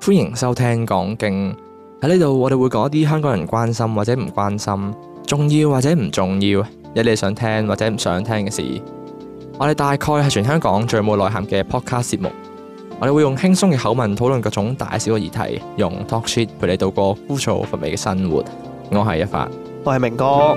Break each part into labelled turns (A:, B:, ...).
A: 歡迎收聽講經喺呢度，我哋會講一啲香港人關心或者唔關心，重要或者唔重要，有你想聽或者唔想聽嘅事。我哋大概係全香港最冇內涵嘅 podcast 節目。我哋會用輕鬆嘅口吻討論各種大小嘅議題，用 talk shit 陪你度過枯燥乏味嘅生活。我係一發，
B: 我係明哥，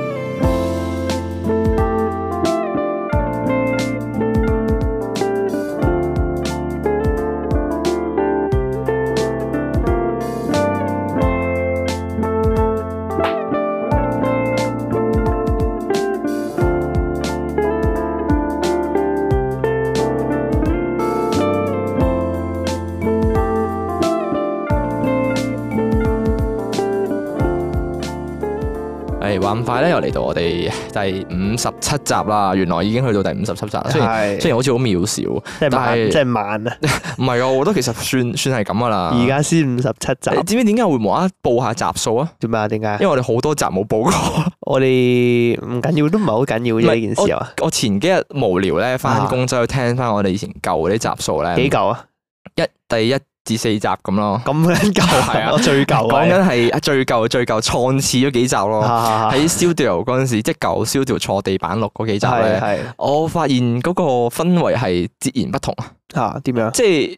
A: 誒話咁快咧，又嚟到我哋第五十七集啦。原來已經去到第五十七集啦，雖然雖
B: 係
A: 然好似好渺小，唔嗯
B: 即係慢，
A: 但係啊
B: 即係慢啊！
A: 係啊，我覺得其實算算係咁噶啦。
B: 而家先五十七集
A: 你，知唔知點解會無啦啦報下集數 啊？
B: 做咩啊？點解？
A: 因為我哋好多集冇報過。
B: 我哋唔緊要，都唔係好緊要
A: 唔係
B: 啫。呢件事啊，
A: 我前幾日無聊咧，翻工就去聽翻我哋以前舊嗰啲集數咧，
B: 幾舊啊？
A: 一第一至四集咁咯。
B: 咁撚舊
A: 係啊
B: 我最舊
A: 講
B: 啊！
A: 緊係最舊最舊創始咗幾集咯，
B: 啊
A: 喺 studio 嗰陣時，即係舊 studio 坐地板錄嗰幾集
B: 係
A: 咧，
B: 係
A: 我發現嗰個氛圍係截然不同啊！
B: 嚇點樣？
A: 即係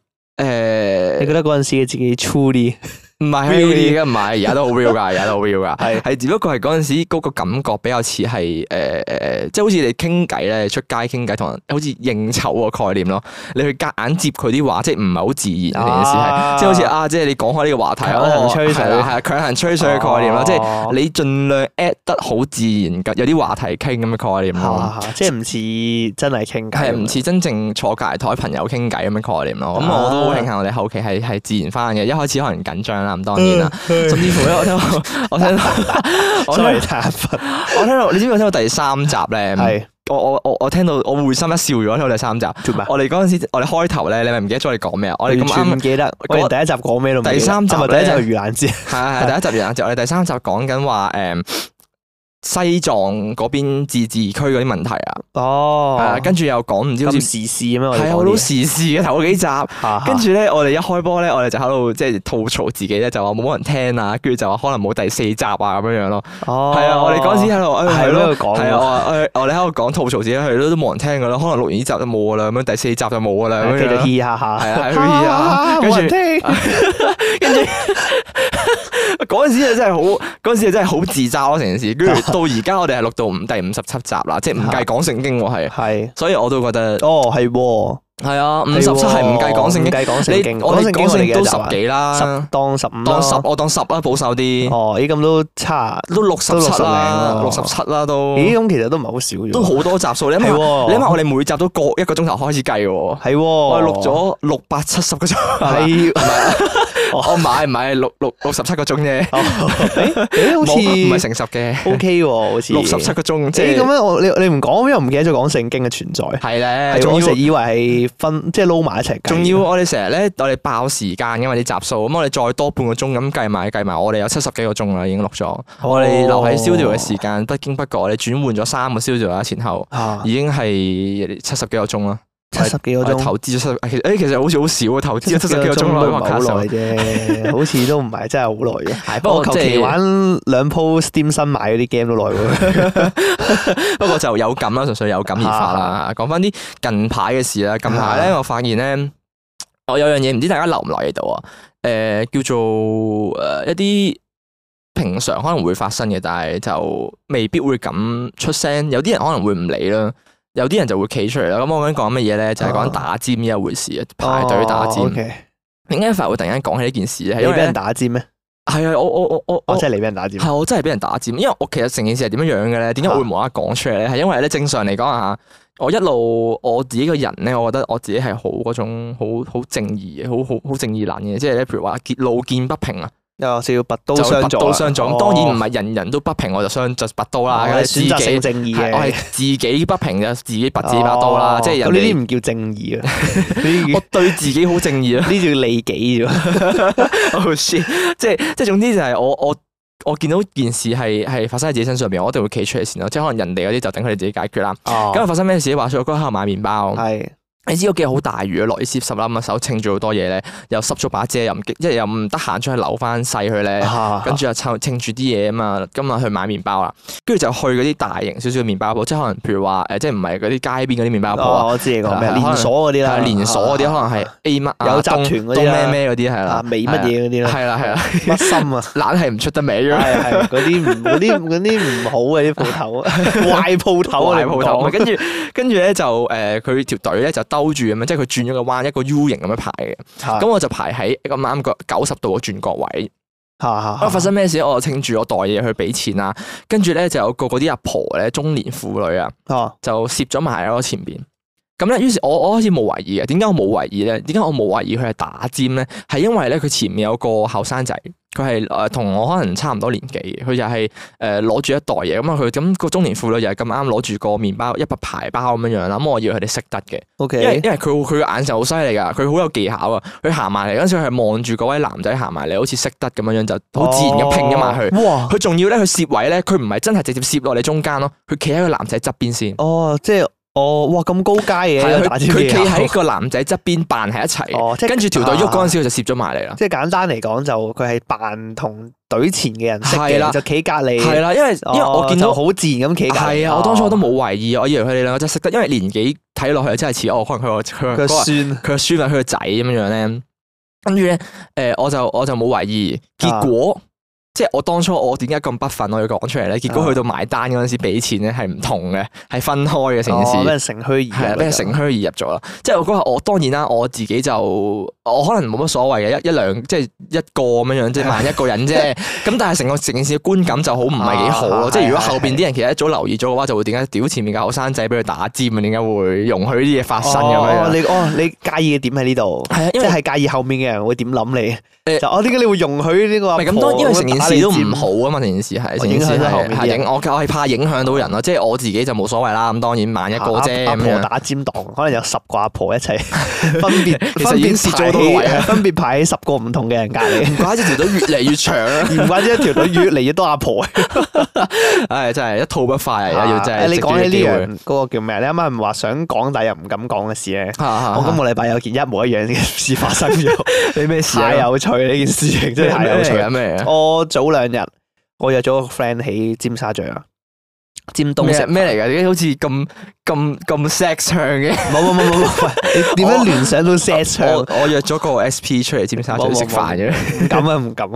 B: 你
A: 誒，
B: 覺得嗰陣時嘅自己粗啲？
A: 唔係
B: real 啲
A: 而家唔係，而家都好 real 㗎，而家都好 real 㗎。
B: 係
A: 係，只不過係嗰陣時嗰個感覺比較似係誒誒，即係好似你傾偈咧，出街傾偈同人好似應酬個概念咯。你去夾硬接佢啲話，即係唔係好自然嘅件事係，
B: 啊
A: 即係好似啊，即係你講開呢個話題，
B: 強行
A: 哦
B: 吹水哦
A: 係啦係啊，強行吹水嘅概念啦，即係
B: 係
A: 你盡量 at 得好自然嘅，有啲話題傾咁嘅概念咯。
B: 即係唔似真係啊傾偈咁
A: 嗯係
B: 樣，
A: 唔似真正坐隔離台朋友傾偈咁嘅概念咯，咁我都好慶幸我哋後期係係自然翻嘅，一開始可能緊張啦，咁當然啦，甚至乎咧，我聽到 我聽 到我聽到
B: 嗯 sorry 太佛
A: 我聽到，你知唔知我聽到第三集咧？
B: 係啊
A: 我我我我聽到我會心一笑咗，聽到第三集。
B: 做咩？
A: 我哋嗰陣時，我哋開頭咧，你咪唔記得咗我哋講咩啊？我哋咁
B: 完全唔
A: 啱
B: 記得，我哋第一集講咩都唔記得
A: 第三集
B: 啊咪第一集係盂蘭節
A: 係 係係第一集完啦，就我哋第三集講緊話誒西藏嗰邊自治區嗰啲問題啊，係啊
B: 哦，
A: 跟住又講唔知好似
B: 咁時事咁樣，我哋
A: 係啊，
B: 講
A: 好
B: 啲
A: 多時事嘅頭嗰幾集。
B: 嚇嚇
A: 跟住咧，我哋一開波咧，我哋就喺度即係吐槽自己咧，就話冇乜人聽啊，跟住就話可能冇第四集啊咁樣樣咯。
B: 哦，
A: 係啊，我哋嗰陣時喺度，誒係
B: 係
A: 咯
B: 咯，，講
A: 係啊，我話誒，我哋喺度講吐槽自己係咯，都冇人聽噶啦，可能錄完呢集就冇噶啦，咁樣第四集啊就冇噶啦，咁
B: 繼
A: 樣
B: 續
A: 樣。
B: 嘻下下，
A: 係啊，係啊，跟住
B: 冇人聽
A: 嗰陣時就真係 好，嗰陣時就真係好自嘲啊咯成件事。跟住到而家我哋係錄到五第五十七集啦，
B: 啊
A: 即係唔計講聖經喎係。
B: 係
A: 所以我都覺得
B: 哦係喎，
A: 係啊，五十七係唔計講聖
B: 唔
A: 經，
B: 計講聖經，
A: 你我哋講聖經都十
B: 幾
A: 幾啦，
B: 當十哦五
A: 當十
B: 咯
A: 我當十啦，保守啲，
B: 哦，咦咁都差，
A: 都六十
B: 都
A: 七
B: 60
A: 啦，
B: 零
A: 六
B: 喎
A: 十七啦都，
B: 咦咁其實都唔係好少啫喎，
A: 哦都好多集數。你諗
B: 係
A: 下，
B: 喎，
A: 你諗下我哋每集都個一個鐘頭開始計喎。
B: 係喎，
A: 我
B: 我
A: 係錄咗六百七十個鐘，
B: 係
A: 我買唔係六六六十七個鐘啫，
B: 哦，誒誒
A: 冇唔
B: 好
A: 係
B: 似
A: 乘十嘅，
B: O K 喎，好似
A: 六十七個鐘即
B: 咦
A: 係
B: 咁樣我你你唔講，因為唔記得咗講聖經嘅存在，
A: 係咧，
B: 係
A: 仲
B: 我成日
A: 要
B: 以為係分即係撈埋一齊計，
A: 仲要我哋成日咧，我哋爆時間因為啲集數，咁我哋再多半個鐘咁計埋計埋，我哋有七十幾個鐘啦，已經錄咗。我哋留
B: 哦
A: 喺 studio 嘅時間，不經不覺，我哋轉換咗三個 studio 啦，前後
B: 啊
A: 已經係七十幾個鐘啦。
B: 七十幾個
A: 我哋
B: 鐘。
A: 投資咗七十，哎其實誒其實好似好少啊，投資咗七十幾個鐘
B: 都唔
A: 咯，
B: 係
A: 卡
B: 好耐啫， 好似都唔係真係好耐嘅。
A: 係
B: 不
A: 不
B: 過我
A: 過
B: 求
A: 即
B: 其
A: 係
B: 玩兩鋪 Steam 新買嗰啲 game 都耐喎。
A: 不過就有感啦，純粹有感而發
B: 啊
A: 啦。講翻啲近排嘅事啦，近排咧我發現咧，我有樣嘢唔知大家留唔留意到啊？誒、叫做誒、呃一啲平常可能會發生嘅，但係就未必會咁出聲。有啲人可能會唔理啦，有啲人就會企出嚟啦。咁我想講乜嘢咧？就係、講
B: 啊
A: 打尖呢一回事啊， 排隊打尖。
B: 哦，OK
A: 點解發會突然間講起呢件事咧？係
B: 你
A: 因
B: 俾
A: 為
B: 人
A: 咧
B: 打尖咩？
A: 係啊，我我我我
B: 我
A: 我
B: 真係你俾人打尖。
A: 係我真係俾人打尖，因為我其實成件事係點樣樣嘅咧？點解我會無啦啦講出嚟咧？係因為咧正常嚟講啊，我一路我自己個人咧，我覺得我自己係好嗰種好好正義嘅，好好好正義撚嘅，即係咧譬如話見路見不平啊，
B: 有少少拔刀
A: 就會
B: 相
A: 拔
B: 助啊。
A: 刀相助。咁當然唔
B: 係
A: 係人人都不平，我就相就拔刀啦。
B: 我
A: 梗係
B: 係
A: 自
B: 哦選擇性
A: 己
B: 正義
A: 係
B: 嘅。
A: 我係自己不平就自己拔自己把刀啦，
B: 哦
A: 即係人
B: 咁呢
A: 哋
B: 啲唔叫正 義啊，呢
A: 我對自己好正義啊。
B: 啲 呢叫利己 啫喎。
A: oh shit！即係即係總之就係我我我見到件事係係發生喺自己身上邊，我一定會企出嚟先咯。即係可能人哋嗰啲就等佢哋自己解決啦。啊
B: 哦
A: 咁、日發生咩事？話説我嗰日喺度買麵包，
B: 係
A: 你知嗰幾日好大雨啊，落雨濕濕啦，咁手撐住好多嘢咧，又濕咗把遮，又唔即係又唔得閒出去扭翻細佢咧，啊跟
B: 跟
A: 住又撐撐住啲嘢啊嘛，今日去買麵包啦，跟住就去嗰啲大型少少嘅麵包鋪，即係可能譬如話誒，即係唔係嗰啲街邊嗰啲麵包鋪啊，
B: 哦，我知你講咩，
A: 係可能
B: 連鎖嗰啲啦，
A: 係連鎖嗰啲，可能係 A 乜啊
B: 有集團嗰啲
A: 東
B: 啦
A: 東咩咩嗰啲係
B: 啊
A: 啦，
B: 美乜嘢嗰啲啦，
A: 係啦係啦，
B: 乜心啊，
A: 懶係唔出得名咁樣。
B: 係係嗰 啲唔嗰啲嗰啲唔好嘅啲鋪頭，啊壞鋪頭啊，
A: 壞
B: 你
A: 鋪
B: 鋪
A: 頭，唔
B: 頭
A: 係跟住跟住咧就誒，佢條隊咧就兜住咁樣，即係佢轉咗個彎，一個 U 型咁樣排嘅。咁
B: 咁
A: 我就排喺咁啱個九十度嘅轉角位。
B: 嚇
A: 啊！發生咩事？我就稱住我袋嘢去俾錢啦，跟住咧就有個嗰啲阿婆咧，中年婦女啊，
B: 哦
A: 就攝咗埋喺我前邊。咁咧，於是我我開始冇懷疑嘅。點解我冇懷疑咧？點解我冇懷疑佢係打尖咧？係因為咧，佢前面有個後生仔，佢係誒同我可能差唔多年紀嘅，佢就係誒攞住一袋嘢咁啊。佢咁個中年婦女又係咁啱攞住個麵包一百排包咁樣樣啦。咁我以為佢哋識得嘅。因為
B: ，OK，
A: 因為佢佢個眼神好犀利㗎，佢好有技巧啊！佢行埋嚟嗰陣時，佢係望住嗰位男仔行埋嚟，好似識得咁樣樣，就好自然咁拼咗埋去。
B: 去，哦哇！
A: 佢仲要咧，佢攝位咧，佢唔係真係直接攝落你中間咯，佢企喺個男仔側邊先。
B: 哦，即係哦，哇咁高階
A: 係啊
B: 嘅
A: 佢
B: 打尖
A: 佢
B: 機
A: 企
B: 啊
A: 喺個男仔側邊扮喺一 齊，
B: 哦，即係
A: 跟住條隊喐嗰陣時，佢就攝咗埋嚟啦。
B: 即係簡單嚟講，就佢係扮同隊前嘅人識
A: 係
B: 嘅
A: 啦，
B: 就企隔離。
A: 係啦，因為
B: 哦，
A: 因為我見
B: 就
A: 到
B: 好哦自然咁企隔離。
A: 係啊，我當初我都冇懷疑，我以為佢哋兩個真係識得，因為年紀睇落去真係似哦，可能佢個佢個
B: 佢算
A: 佢個孫或佢個仔咁樣樣咧，跟住咧，誒、我就我就冇懷疑，結果、
B: 啊
A: 即係我當初我點解咁不忿，我要講出嚟咧？結果
B: 啊
A: 去到埋單嗰陣時，俾錢咧係唔同嘅，係分開嘅成
B: 哦俾
A: 件事。
B: 人乘虛而
A: 係啊，
B: 入
A: 俾人乘虛而入咗啦。即係我嗰日，我當然啦，我自己就我可能冇乜所謂嘅，一一兩即係一個咁樣樣，即係萬一個 人啫。咁但係成個成件事嘅觀感就好唔係幾好咯。
B: 啊
A: 即係如果
B: 係係
A: 後邊啲人其實一早留意咗嘅話，就會點解屌前面嘅後生仔俾佢打尖啊？點解會容許啲嘢發生咁樣
B: 哦，
A: 樣？
B: 你哦你介意嘅點喺呢度，
A: 係啊，
B: 即
A: 因為
B: 係介意後面嘅人會點諗你？
A: 誒
B: 就哦點解你會容許呢個阿
A: 唔係咁，
B: 婆
A: 當因為成件事都
B: 打你
A: 唔
B: 尖
A: 好啊嘛，成件事係
B: 哦
A: 成件事
B: 影響咗後
A: 係
B: 面啲
A: 係
B: 人
A: 影我我係怕影響到人咯，即係我自己就冇所謂啦。咁當然萬一個啫
B: 啊阿阿
A: 咁
B: 婆
A: 樣，
B: 打尖檔，可能有十個阿婆 一齊分別
A: 其實
B: 分
A: 已經
B: 別
A: 蝕咗
B: 排
A: 好多位啊
B: 喺 分別排喺十個唔同嘅人隔 離，
A: 唔怪之條隊越嚟越長，啊
B: 而唔怪之一條隊越嚟越多阿婆。
A: 唉真係一吐不快啊！而家要真
B: 啊
A: 係
B: 你
A: 講
B: 講起呢
A: 樣，
B: 樣嗰個叫咩？你啱啱唔係話想講，但又唔敢講嘅事咧。
A: 哦我
B: 我今個禮拜有件一模一樣嘅事發生 咗，
A: 你咩事啊
B: 太有趣啦呢件事情真係太
A: 咩
B: 有
A: 啊嚟㗎
B: 趣。
A: 咩嚟㗎
B: 我早兩日我約咗個 friend 喺尖沙咀啊，尖東食
A: 咩啊咩嚟㗎？你好似咁咁咁 sex 唱嘅，
B: 冇冇冇冇 冇，你點樣聯想到 set 唱？
A: 我我約咗個 SP 出嚟尖沙咀
B: 冇冇
A: 食飯嘅，
B: 唔敢啊唔敢 啊！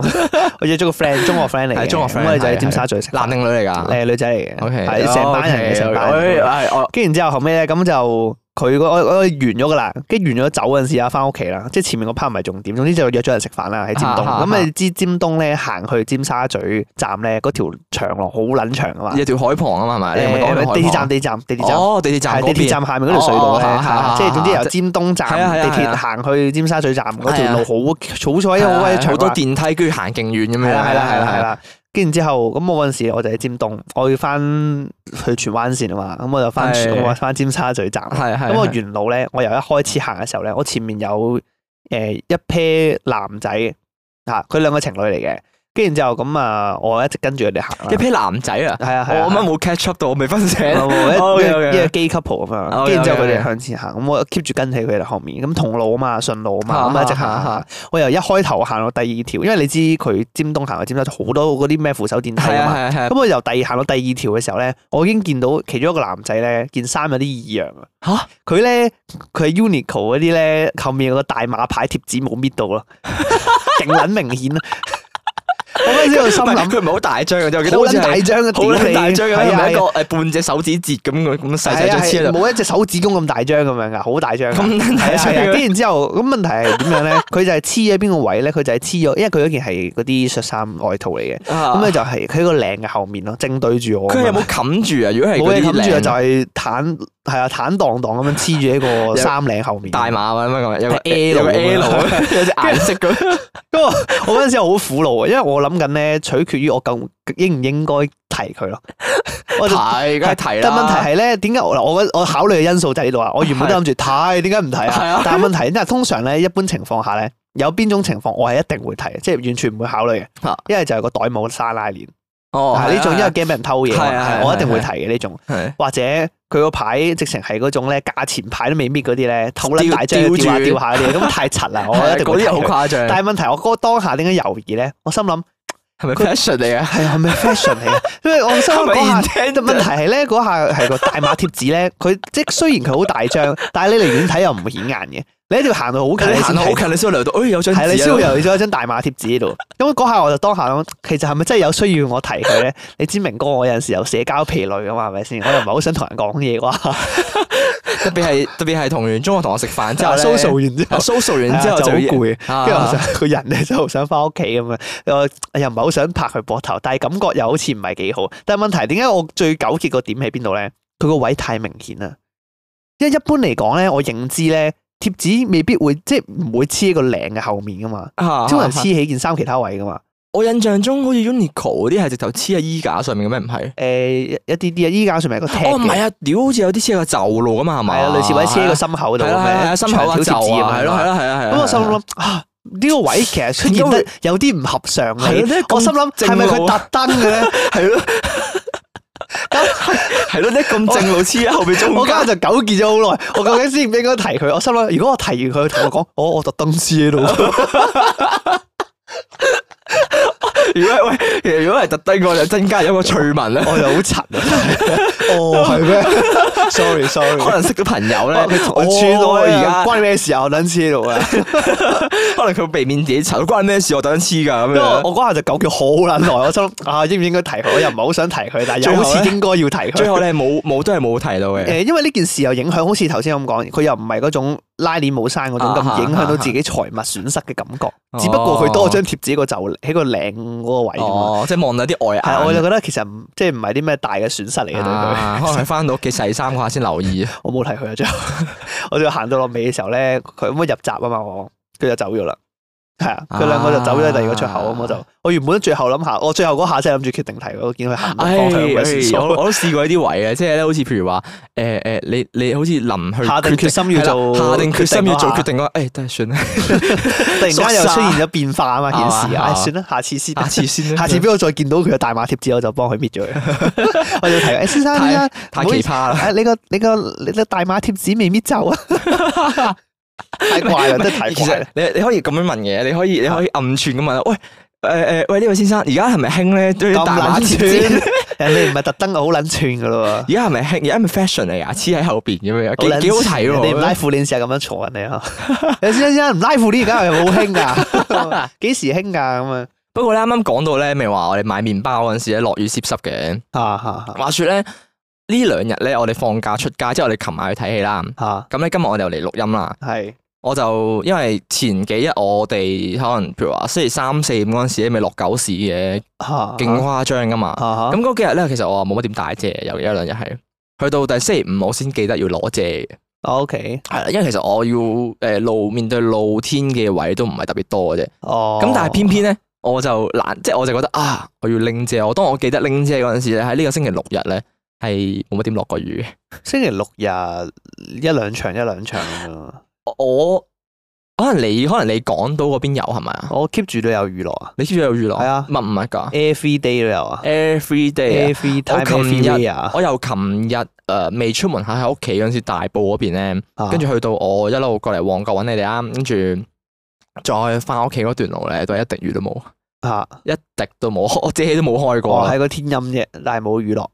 B: 我約咗個 friend，中學 friend 嚟嘅，
A: 係中學 friend，
B: 咁我哋就喺
A: 係
B: 尖沙咀食飯，
A: 男定女嚟㗎
B: 誒女仔嚟嘅
A: ？OK，啊哎
B: 係成班人嘅成班人嘅。
A: 我
B: 跟住然之後後尾咧，咁就佢嗰我我我完咗噶啦，跟住完咗走嗰陣時啊，翻屋企啦，即係前面嗰 part 唔係重點，總之就約咗人食飯啦喺尖東。
A: 啊啊啊
B: 咁你知尖東咧行去尖沙咀站咧，嗰條長廊好撚長噶嘛？
A: 有條海旁啊嘛，係咪？你有冇講
B: 誒
A: 過
B: 地鐵
A: 海
B: 站
A: 旁
B: 地鐵站地鐵站。
A: 哦，地鐵站
B: 係
A: 嗰
B: 地鐵
A: 邊。
B: 站下面嗰條隧道咧，
A: 哦哦哦
B: 係啊
A: 哦
B: 即係總之
A: 哦
B: 由
A: 即
B: 尖東
A: 係啊係啊
B: 站地
A: 係
B: 鐵
A: 啊
B: 行去尖沙咀站嗰條路好好彩
A: 係
B: 好
A: 啊
B: 鬼長
A: 好
B: 啊
A: 多電梯，跟住行勁遠咁樣。
B: 係啦係啦係啦係
A: 係啦，
B: 啦。跟住之後，咁我嗰陣時我就喺尖東，我要翻去荃灣線啊嘛，咁我就翻
A: 係
B: 我翻尖沙咀站。
A: 係係。
B: 咁我沿路咧，我由一開始行嘅時候咧，我前面有誒一 pair 男仔嚇，佢兩個情侶嚟嘅。跟住之後咁啊，我一直跟住佢哋行啦。
A: 一批男仔啊，
B: 係啊係啊，啊
A: 我啱啱冇 catch up 到，我未分醒。
B: 冇
A: OK，
B: 哦一
A: OK
B: 一一基 couple 咁樣，
A: OK，
B: 跟住之後佢
A: OK，OK
B: 哋向前行，咁我 keep 住跟喺佢哋後面，咁同路啊嘛，順路啊嘛，咁
A: 啊
B: 啊一直行
A: 啊
B: 行，我由一開頭行到第二條，因為你知佢尖東行去尖沙咀好多嗰啲咩扶手電梯
A: 係
B: 啊
A: 啊
B: 嘛，
A: 係啊係啊
B: 咁我由第二行到第二條嘅時候咧，我已經見到其中一個男仔咧件衫有啲異樣啊，
A: 嚇
B: 佢咧佢係 Uniqlo 嗰啲咧後面有個大馬牌貼紙冇搣 到咯，勁撚明顯啊！我嗰陣時我心
A: 唔係
B: 諗。
A: 佢唔係好大張嘅 啫，我記得
B: 好
A: 好似
B: 撚大
A: 係
B: 張嘅，
A: 好
B: 屌
A: 撚
B: 你
A: 大張嘅，
B: 係
A: 係
B: 啊
A: 咪一個誒半隻手指節咁樣咁細細
B: 係啊
A: 張
B: 係
A: 黐喺度？
B: 冇一隻手指公咁大張咁樣噶，好大張㗎。
A: 咁
B: 係
A: 大
B: 啊係
A: 張
B: 啊，跟住之後咁問題係點樣咧？ 佢就係黐喺邊個位咧？佢就係黐咗，因為佢嗰件係嗰啲恤衫外套嚟嘅，咁
A: 咁
B: 咧就係佢喺個領嘅後面咯，正對住我
A: 啊
B: 咁
A: 佢
B: 樣。
A: 有冇冚住啊？如果係
B: 冇嘢
A: 嗰
B: 冚
A: 啲
B: 住啊？
A: 領
B: 就係坦係啊坦蕩蕩咁樣黐住喺個衫領後面。
A: 大碼咁樣，有個
B: 係 L
A: 有個
B: 咁
A: L，
B: 樣
A: 有隻顏色咁。
B: 咁我我嗰陣時好苦惱啊，因為我諗緊咧，取決於我究竟應唔應該提 佢咯。我就
A: 提梗係提啦。
B: 但問題係咧，點解我嗱我我考慮嘅因素就喺呢度啊！我原本都諗住睇，點解唔睇
A: 係
B: 啊
A: 啊？
B: 但係問題因為通常咧，一般情況下咧，有邊種情況我係一定會睇，即係完全唔會考慮嘅
A: 啊。
B: 一係就係個袋冇沙拉鏈，啊
A: 哦
B: 係呢種因為
A: 係
B: 驚俾人偷嘢，
A: 係啊係啊
B: 係我一定會睇嘅呢種。
A: 係
B: 或者佢個牌直情係嗰種咧價錢牌都未搣嗰啲咧，好撚大張
A: 吊
B: 掉下
A: 吊住
B: 掉下嗰啲， 咁太柒啦！我
A: 係啊
B: 一定
A: 嗰
B: 會
A: 啲
B: 睇佢
A: 好誇張，
B: 但係問題，我嗰當下點解猶豫咧？我心諗
A: 係咪
B: 佢
A: fashion 嚟啊？
B: 係啊係咪 fashion 嚟嘅？因為我心諗嗰下。
A: 聽
B: 問題係咧，嗰下係個大馬貼紙咧，佢即係雖然佢好大 張，但係你離遠睇又唔會顯眼嘅，你一定要行到好近
A: 你
B: 你
A: 行
B: 先
A: 到好
B: 睇
A: 近，你先會留到，誒有張紙
B: 係
A: 啊
B: 你先會有咗一張大馬貼紙喺度。咁嗰下我就當下諗，其實係咪真係有需要我提佢咧？你知明哥我有陣時有社交疲累噶嘛，係咪先？我又唔係好想同人講嘢啩。
A: 特別係特別係同完中學同學食飯之後 咧
B: social 完之後。
A: social 完之
B: 係啊
A: 後
B: 就
A: 就
B: 好
A: 要
B: 攰，
A: 啊
B: 跟住我想個人咧就好想翻屋企咁樣，我又唔係好想拍佢膊頭，但係感覺又好似唔係幾好。但係問題點解我最糾結個點喺邊度咧？佢個位太明顯啦，因為一般嚟講咧，我認知咧貼紙未必會即係唔會黐喺個領嘅後面噶嘛，
A: 啊
B: 通常
A: 啊
B: 黐喺件衫其他位噶嘛。
A: 我印象中好似 Uniqlo 嗰啲係直頭黐喺衣架上面嘅咩？唔係？
B: 誒呃一啲啲啊，衣架上面有個 tag
A: 哦，唔係
B: 啊，
A: 啊，屌，好似有啲黐喺個袖路咁嘛，係
B: 係
A: 嘛？
B: 啊，類似位黐喺個心口
A: 係
B: 度咁
A: 啦係啦係啦，
B: 樣，
A: 心口
B: 長
A: 個
B: 條
A: 袖
B: 貼紙
A: 啊，係咯係
B: 咁樣。
A: 咯係啊係啊。
B: 咁我心諗啊，呢個位其實出 現得有啲唔合常
A: 係
B: 嘅
A: 咯，即係咁
B: 我心諗
A: 正
B: 係咪
A: 路
B: 佢
A: 啊
B: 特登嘅咧？
A: 係咯，係咯，你咁正路黐喺後邊
B: 我
A: 中
B: 今
A: 間
B: 日就糾結咗好耐，我究竟應唔應該提佢？我心諗，如果我提完佢，佢同 我講，哦我我特登黐喺 度，
A: 如果係喂，其實如果係特登，我就增加咗個趣聞啦。
B: 我就好柒啊！ 哦，係咩？Sorry
A: 可
B: Sorry，
A: 能識到朋友咧，
B: 佢同我穿我
A: 哦
B: 而
A: 而
B: 家
A: 家
B: 關你咩事啊？我特登黐喺度啊！
A: 可能佢避免自己醜，關咩事？我特登黐㗎
B: 因
A: 咁
B: 為
A: 樣。
B: 我嗰下就糾結好撚耐，我心諗 啊，應唔應該提佢？我又唔係好想提佢，但係
A: 最
B: 又
A: 後
B: 好
A: 咧
B: 似應該要提佢。
A: 最後你係冇冇都係冇提到嘅。
B: 誒，因為呢件事又影響，好似頭先咁講，佢又唔係嗰種拉鏈冇閂嗰種
A: 啊
B: 咁
A: 啊
B: 影響到
A: 啊
B: 自己財物損失嘅感覺。
A: 哦
B: 只不過佢多張貼紙個就喺個領嗰個位啫嘛。
A: 哦，即係望到啲外眼。
B: 係，哎我就覺得其實唔即係唔係啲咩大嘅損失嚟嘅對佢。
A: 嗯啊可能佢翻到屋企洗衫嗰下先留意。
B: 我冇睇佢啊，最後我仲行到落尾嘅時候咧，佢咁入閘啊嘛，我佢就走咗啦。係啊，佢兩個就走咗第二個出
A: 啊
B: 口咁，我就我原本最後諗下，我最後嗰下真係諗住決定提佢，我見佢行到方向嘅時
A: 哎我我都試過呢啲位嘅，啊即係咧，好似譬如話，誒誒，你你好似臨去
B: 下定決心要做
A: 係啦下定決心要做決
B: 決啊
A: 定嗰下，誒，都係算啦，
B: 突然間又出現咗變化啊嘛，件事
A: 啊啊
B: 啊，唉算啦，下次先，
A: 下次先啦。
B: 下次俾我再見到佢嘅大馬貼紙，我就幫佢搣咗佢。 我就提佢，誒哎先生，
A: 太
B: 先生
A: 太
B: 唔好意
A: 奇
B: 思
A: 葩啦。
B: 哎誒你個你個你個大馬貼紙未搣走啊！太怪啦，真係太
A: 其
B: 怪
A: 實
B: 啦！
A: 你你可以咁樣問嘅，你可以你可以暗串咁問，喂誒誒，喂呢位先生，而家係咪興咧？對於
B: 咁
A: 大碼貼
B: 撚
A: 紙，
B: 串， 人哋唔係特登好撚串噶咯
A: 而家係咪興？而家係咪 fashion 嚟啊？黐喺後邊咁
B: 喎，
A: 樣，幾幾好睇
B: 你唔拉
A: 喎！
B: 褲鏈試下咁樣嘈人哋啊！你先生先生唔拉褲鏈而家係好興噶， 幾時興噶咁啊？
A: 不過咧，啱啱講到咧，咪話我哋買麵包嗰陣時咧，落雨濕濕嘅。
B: 嚇嚇嚇
A: 話說咧，呢兩日咧，我哋放假出街，即係我哋琴晚去睇戲啦。
B: 嚇，
A: 咁咧，今日我哋又嚟錄音啦。
B: 係
A: 我就因為前幾日我哋可能譬如話星期三四五嗰陣時咧，咪落狗屎嘅，
B: 嚇
A: 勁誇張噶嘛。
B: 嚇
A: 咁嗰幾日咧，其實我冇乜點帶遮，有一兩日係。去到第星期五，我先記得要攞遮嘅，
B: OK
A: 係啦，因為其實我要誒露面對露天嘅位都唔係特別多嘅啫。
B: 哦，
A: 咁但係偏偏咧，我就難，即係我就覺得啊，我要拎遮。我當我記得拎遮嗰陣時咧，喺呢個星期六日咧係冇乜點落過雨嘅。
B: 星期六日一兩場一兩場咁樣。
A: 我可能你可能你港島嗰邊有係咪啊？
B: 我 keep 住都有娛樂啊
A: 你知唔知有娛樂？
B: 係啊
A: 唔係唔係㗎
B: ，every day 都有啊
A: every day 啊。
B: ，every
A: 我
B: time
A: 琴
B: every
A: 日
B: day 啊，
A: 我由琴日誒未出門口喺屋企嗰陣時，大埔嗰邊咧，
B: 啊
A: 跟住去到我一路過嚟旺角揾你哋啊，跟住再翻屋企嗰段路咧，都係一滴雨都冇，
B: 啊，
A: 一滴都冇， 我遮都冇開
B: 我
A: 過啊
B: 喺。個天陰啫，但係冇娛樂，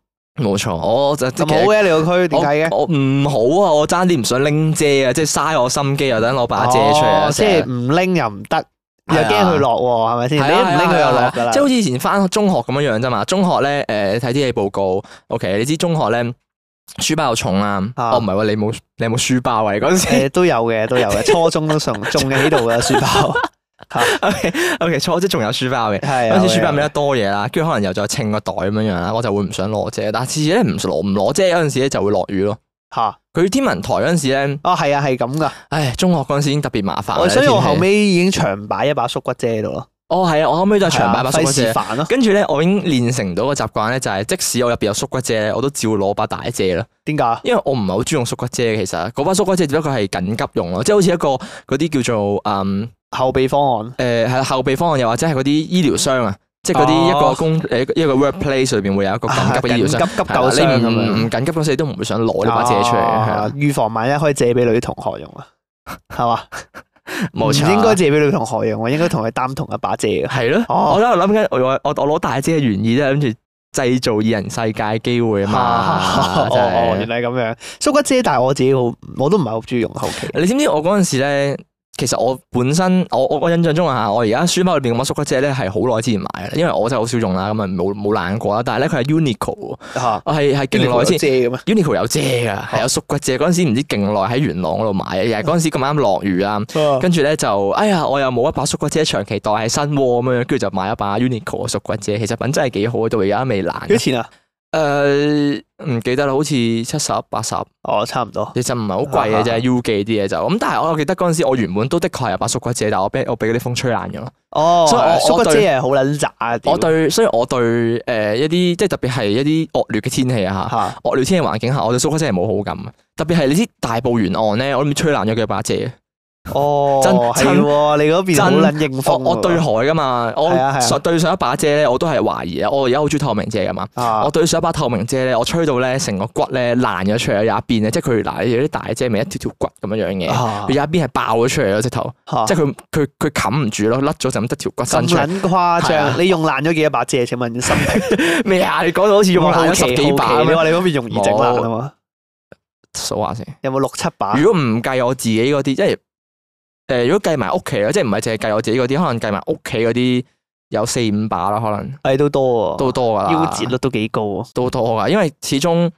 A: 冇錯，我就
B: 咁好嘅你個區點解嘅？
A: 我我唔好啊！我爭啲唔想拎遮啊，即係嘥我心機，又啊等攞把遮出嚟啊，
B: 哦即
A: 成日
B: 係唔拎又唔得，又
A: 係啊
B: 驚佢落喎，係咪先？
A: 係
B: 你
A: 啊
B: 一唔拎
A: 係
B: 佢
A: 啊
B: 又
A: 係
B: 落
A: 啊
B: 㗎啦，
A: 即係好似以前翻中學咁樣樣啫嘛。中學咧，誒睇啲嘢報告，OK，你知中學咧書包又重啦。
B: 啊
A: 哦，唔係喎，你冇你有冇書包啊？你嗰陣 時
B: 誒都有嘅，都有嘅，初中都 仲仲喺度嘅書包，
A: ，OK，初即仲有書包嘅。
B: 係
A: 嗰
B: 啊
A: 陣時書包咪得多嘢啦，跟住可能又再稱個袋咁樣樣啦，我就會唔想攞遮。但係次次咧唔攞唔攞遮嗰陣時咧就會落雨咯。
B: 嚇，
A: 佢天文台嗰陣時咧，
B: 哦係啊係咁噶，
A: 唉，中學嗰陣時已經特別麻煩啦。
B: 我哦所以
A: 啲
B: 我
A: 天氣
B: 後，尾已經長擺一把縮骨遮喺度咯，
A: 哦係啊，我後尾都係長擺把縮
B: 費
A: 骨
B: 事
A: 遮。
B: 煩咯，
A: 跟住咧，我已經練成到個習慣咧，就係即使我入邊有縮骨遮咧，我都照攞把大遮啦。
B: 點解？啊
A: 因為我唔係好中意用縮骨遮，其實嗰把縮骨遮只不過係緊急用咯，即係好似一個嗰啲叫做嗯呃
B: 後備方案。
A: 誒係啦後備方案，又或者係嗰啲醫療箱啊，即係嗰啲一個
B: 哦啊
A: 工誒一個 workplace 裏邊會有一個緊急嘅醫療
B: 急
A: 箱，
B: 急
A: 係啦
B: 救箱
A: 你
B: 咁樣
A: 唔唔緊急嗰時你都唔會想攞呢把遮出嚟，係
B: 啊
A: 啦，
B: 預防萬一可以借俾女同學用啊，係嘛？
A: 冇錯，
B: 哦
A: 啊
B: 唔應該借俾女同學用，我應該同佢擔同一把遮嘅。
A: 係咯。
B: 哦
A: 我喺度諗緊，我我我攞大遮嘅原意都係諗住製造二人世界嘅機會啊嘛
B: 哦，
A: 真
B: 哦，原
A: 係
B: 來係咁樣。縮骨遮，但係我自己好，我都唔係好中意用後期。啊
A: 你知唔知我嗰陣時咧？其實我本身我我我印象中啊，我而家書包裏邊咁嘅縮骨遮咧係好耐之前買嘅，因為我真係好少用啦，咁啊冇冇爛過啦。但係咧佢係 Uniqlo，喎
B: 嚇，
A: 我係係勁耐先。
B: 遮啊嘅咩？
A: Uniqlo 有遮噶，係有縮骨遮。嗰陣時唔知勁耐喺元朗嗰度買嘅，又係嗰陣時咁啱落雨啦，跟住咧就哎呀，我又冇一把縮骨遮長期袋喺身喎咁樣，跟住就買一把 Uniqlo 嘅縮骨遮。其實品質係幾好，到而家未爛。
B: 幾
A: 誒、
B: 錢啊？
A: 唔記得啦，好似七十八十，
B: 哦，差唔多。
A: 其實唔係好貴
B: 啊
A: 嘅啫，U 記啲嘢就咁。但係我記得嗰陣時，我原本都的確係有把縮骨遮，但我俾我俾嗰啲風吹爛咗咯。
B: 哦，
A: 所以我我
B: 縮骨遮
A: 對
B: 係好撚渣啊！屌
A: 我對，所以我對誒、呃一啲即係特別係一啲惡劣嘅天氣啊嚇。
B: 嚇
A: 惡劣天氣環境下，我對縮骨遮係冇好感嘅。特別係你知大埔沿岸咧，我諗吹爛咗佢把遮。
B: 哦，
A: 真
B: 係
A: 真
B: 喎，你嗰邊好撚應
A: 我
B: 風
A: 我對
B: 喎
A: 海噶嘛，我
B: 係啊係啊
A: 上對上一把遮咧，我都係懷疑啊。我而家好中意透明遮噶嘛，
B: 啊
A: 我對上一把透明遮咧，我吹到咧成個骨咧爛咗出嚟，有一邊咧，即係佢嗱有啲大遮咪一條條骨咁樣樣嘅，
B: 啊
A: 佢有一邊係爆咗出嚟咯，直頭，
B: 嚇
A: 即係佢佢佢冚唔住咯，甩咗就咁得條骨
B: 啊咁
A: 伸出嚟。
B: 撚誇
A: 係啊
B: 張，你用爛咗幾多把遮？請問心
A: 咩啊？你講到好似 用爛咗十幾把啊
B: 你
A: 咁樣，
B: 話你嗰邊容易整爛啊嘛？
A: 數下先。
B: 有冇六七把？
A: 如果唔計我自己嗰啲，即係誒，如果計埋屋企咧，即係唔係淨係計我自己嗰啲，可能計埋屋企嗰啲有四五把啦，可能
B: 係都多喎，
A: 都啊多噶啦，
B: 哦夭折率都幾高啊喎。
A: 都多噶，因為始終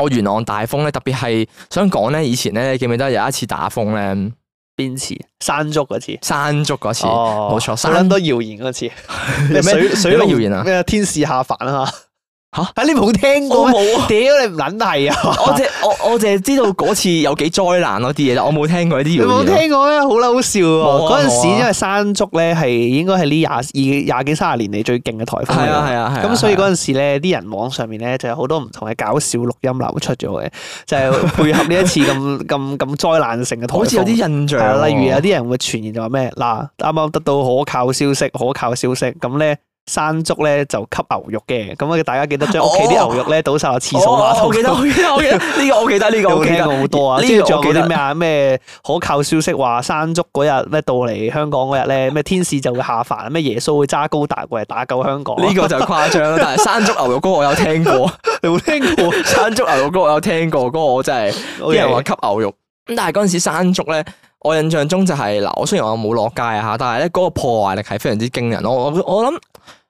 A: 我元朗大風咧，特別係想講咧，以前咧記唔記得有一次打風咧，
B: 邊次？山竹嗰次。
A: 山竹嗰次，
B: 哦
A: 冇錯
B: 好撚多謠言嗰次，
A: 有咩
B: 咩水水
A: 有
B: 龍
A: 咩謠言啊？
B: 咩天使下凡啊嘛？
A: 吓
B: 啊，你冇聽過
A: 我
B: 咩？
A: 冇啊。
B: 屌你唔撚係啊！
A: 我淨我我淨係知道嗰次有幾災難嗰啲嘢啫，我冇聽過呢
B: 你
A: 啲
B: 冇
A: 謠言。啊
B: 聽過咩？好撚好笑
A: 冇啊
B: 喎！嗰陣時
A: 冇啊
B: 因為山竹咧係應該係呢廿二廿幾三十年嚟最勁嘅颱風嚟
A: 係
B: 㗎
A: 啊係啊係啊。
B: 咁所以
A: 係啊
B: 嗰陣時咧，啲人網上面咧就有好多唔同嘅搞笑錄音流出咗嘅，就係、配合呢一次咁咁咁災難性嘅颱風。
A: 好似有啲印
B: 係啊
A: 象，
B: 例如有啲人會傳言就話咩嗱，啱啱得到可靠消息，可靠消息咁咧。山竹咧就吸牛肉嘅，咁啊大家記得將屋企啲
A: 哦
B: 牛肉咧倒晒落廁所馬
A: 哦
B: 桶。
A: 我記得，我記得，我記得呢個，我記得呢個，
B: 有
A: 我記
B: 聽
A: 得
B: 過好多啊，
A: 呢
B: 呢
A: 個
B: 仲
A: 我記
B: 有嗰啲咩
A: 得。
B: 啊？咩可靠消息話山竹嗰日咩到嚟香港嗰日咧，咩天使就會下凡，咩耶穌會揸高達過嚟打救香港。啊
A: 呢個就誇張啦，但係山竹牛肉歌我有聽 過，
B: 你冇聽 過？
A: 山竹牛肉歌我有聽過，嗰個我真係啲人話吸牛肉。咁但係嗰陣時山竹咧，我印象中就係、嗱，我雖然我冇落街啊嚇，但係咧嗰個破壞力係非常之驚人。我我我諗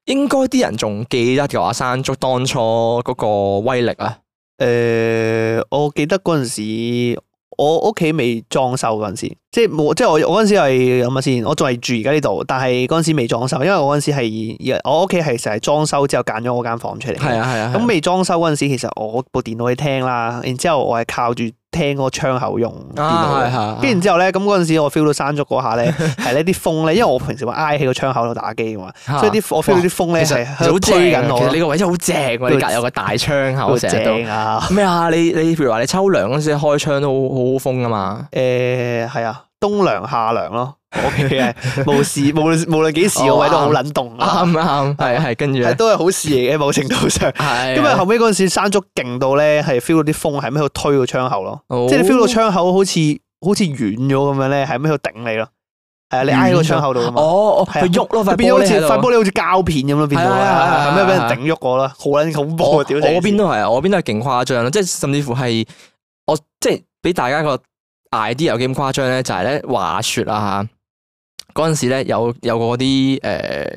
A: 應該啲人仲記得嘅話，山竹當初嗰個威力啊，
B: 誒、呃我記得嗰陣時，我屋企未裝修嗰陣時，即係冇，即係我我嗰陣時係諗下先，我仲係住而家呢度，但係嗰陣時未裝修，因為我嗰陣時係我屋企係成日裝修之後揀咗我間房出嚟。
A: 係啊係啊，
B: 咁未裝修嗰陣時，其實我部電腦喺廳啦，然之後我係靠住廳嗰個窗口用電腦嘅。
A: 啊
B: 跟住然之後咧，咁嗰陣時我 feel 到山竹嗰 下咧，係呢啲風咧，因為我平時會挨喺個窗口度打機噶嘛，
A: 係
B: 所以啲我 feel 到啲風咧
A: 其實
B: 係
A: 啊其實
B: 喺度
A: 好正
B: 推緊
A: 啊，
B: 我
A: 其實
B: 咯
A: 你，個位真係好正喎，你隔有個大窗口，
B: 好
A: 成日都。
B: 正啊！
A: 咩啊？你你譬如話你秋涼嗰時開窗都好好好風噶嘛？
B: 誒係啊，冬涼夏涼 咯，我屋企係無時無論無論幾時個位都好冷凍啊，
A: 啱啱係係跟住
B: 係
A: 咧
B: 都係好事嚟嘅某程度上。
A: 係啊
B: 因為後尾嗰陣時山竹勁到咧，係 feel 到啲風係咩喺度推個窗口咯，
A: 哦
B: 即係你 feel 到窗口好似好似軟咗咁樣咧，係咩喺度頂你咯？係啊，你挨喺個窗口度啊嘛，
A: 哦哦
B: 係啊
A: 佢喐咯，塊
B: 佢變
A: 玻
B: 咗好
A: 璃
B: 似
A: 喺
B: 塊
A: 度。啊
B: 玻璃好似膠片咁咯，變到
A: 係啊係啊係啊
B: 係
A: 係啊
B: 咩俾人頂喐我啦，好撚恐怖
A: 我
B: 啊！屌成件
A: 我
B: 事
A: 邊都係啊，我邊都係勁誇張啦，即係甚至乎係我即係俾大家個 idea 有幾咁誇張咧，就係咧話説啦嚇，嗰陣時咧有有個嗰啲誒。呃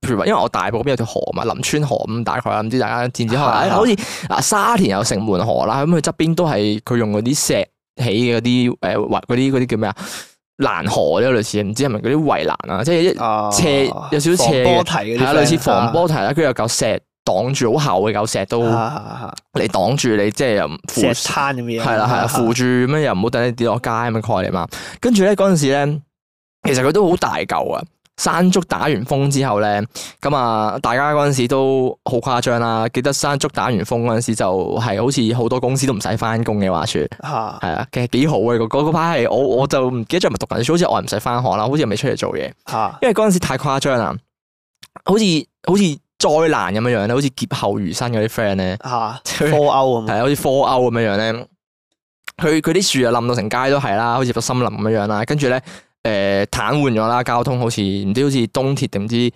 A: 譬如話，因為我大埔嗰邊有條河嘛，林村河咁大概啦，唔知大家知唔知？可能
B: 啊
A: 哎好似嗱沙田有城門河啦，咁佢側邊都係佢用嗰啲石起嘅嗰啲誒圍嗰啲嗰啲叫咩啊？欄河咧類似，唔知係咪嗰啲圍欄啊？即係一
B: 啊
A: 斜有少少斜嘅
B: 防波堤嗰啲
A: 係啊，
B: friend
A: 類似防波堤啦，跟住有嚿石擋住，好厚嘅嚿石都
B: 啊啊啊啊
A: 嚟擋住你，即係又唔扶
B: 石灘咁嘅嘢，
A: 係啊啦係啦，扶住咁樣又唔好等你跌落街咁嘅概念嘛。跟住咧嗰陣時咧，其實佢都好大嚿啊。山竹打完風之後咧，咁啊，大家嗰陣時都好誇張啦。記得山竹打完風嗰陣時，就係好似好多公司都唔使翻工嘅話説，
B: 吓
A: 係啊，其實幾好嘅嗰嗰排係我我就唔記得咗係咪讀緊書，好似我係唔使翻學啦，好似又未出嚟做嘢。
B: 吓
A: 因為嗰陣時太誇張啦。好似好似災難咁樣樣咧，好似劫後餘生嗰啲 friend 咧，
B: 吓啊
A: 即係
B: 科歐咁
A: 係啊好似科歐咁樣樣咧，佢佢啲樹啊冧到成街都係啦，好似個森林咁樣樣啦，跟住咧誒癱瘓咗啦，交通好似唔知好似東鐵定唔知誒、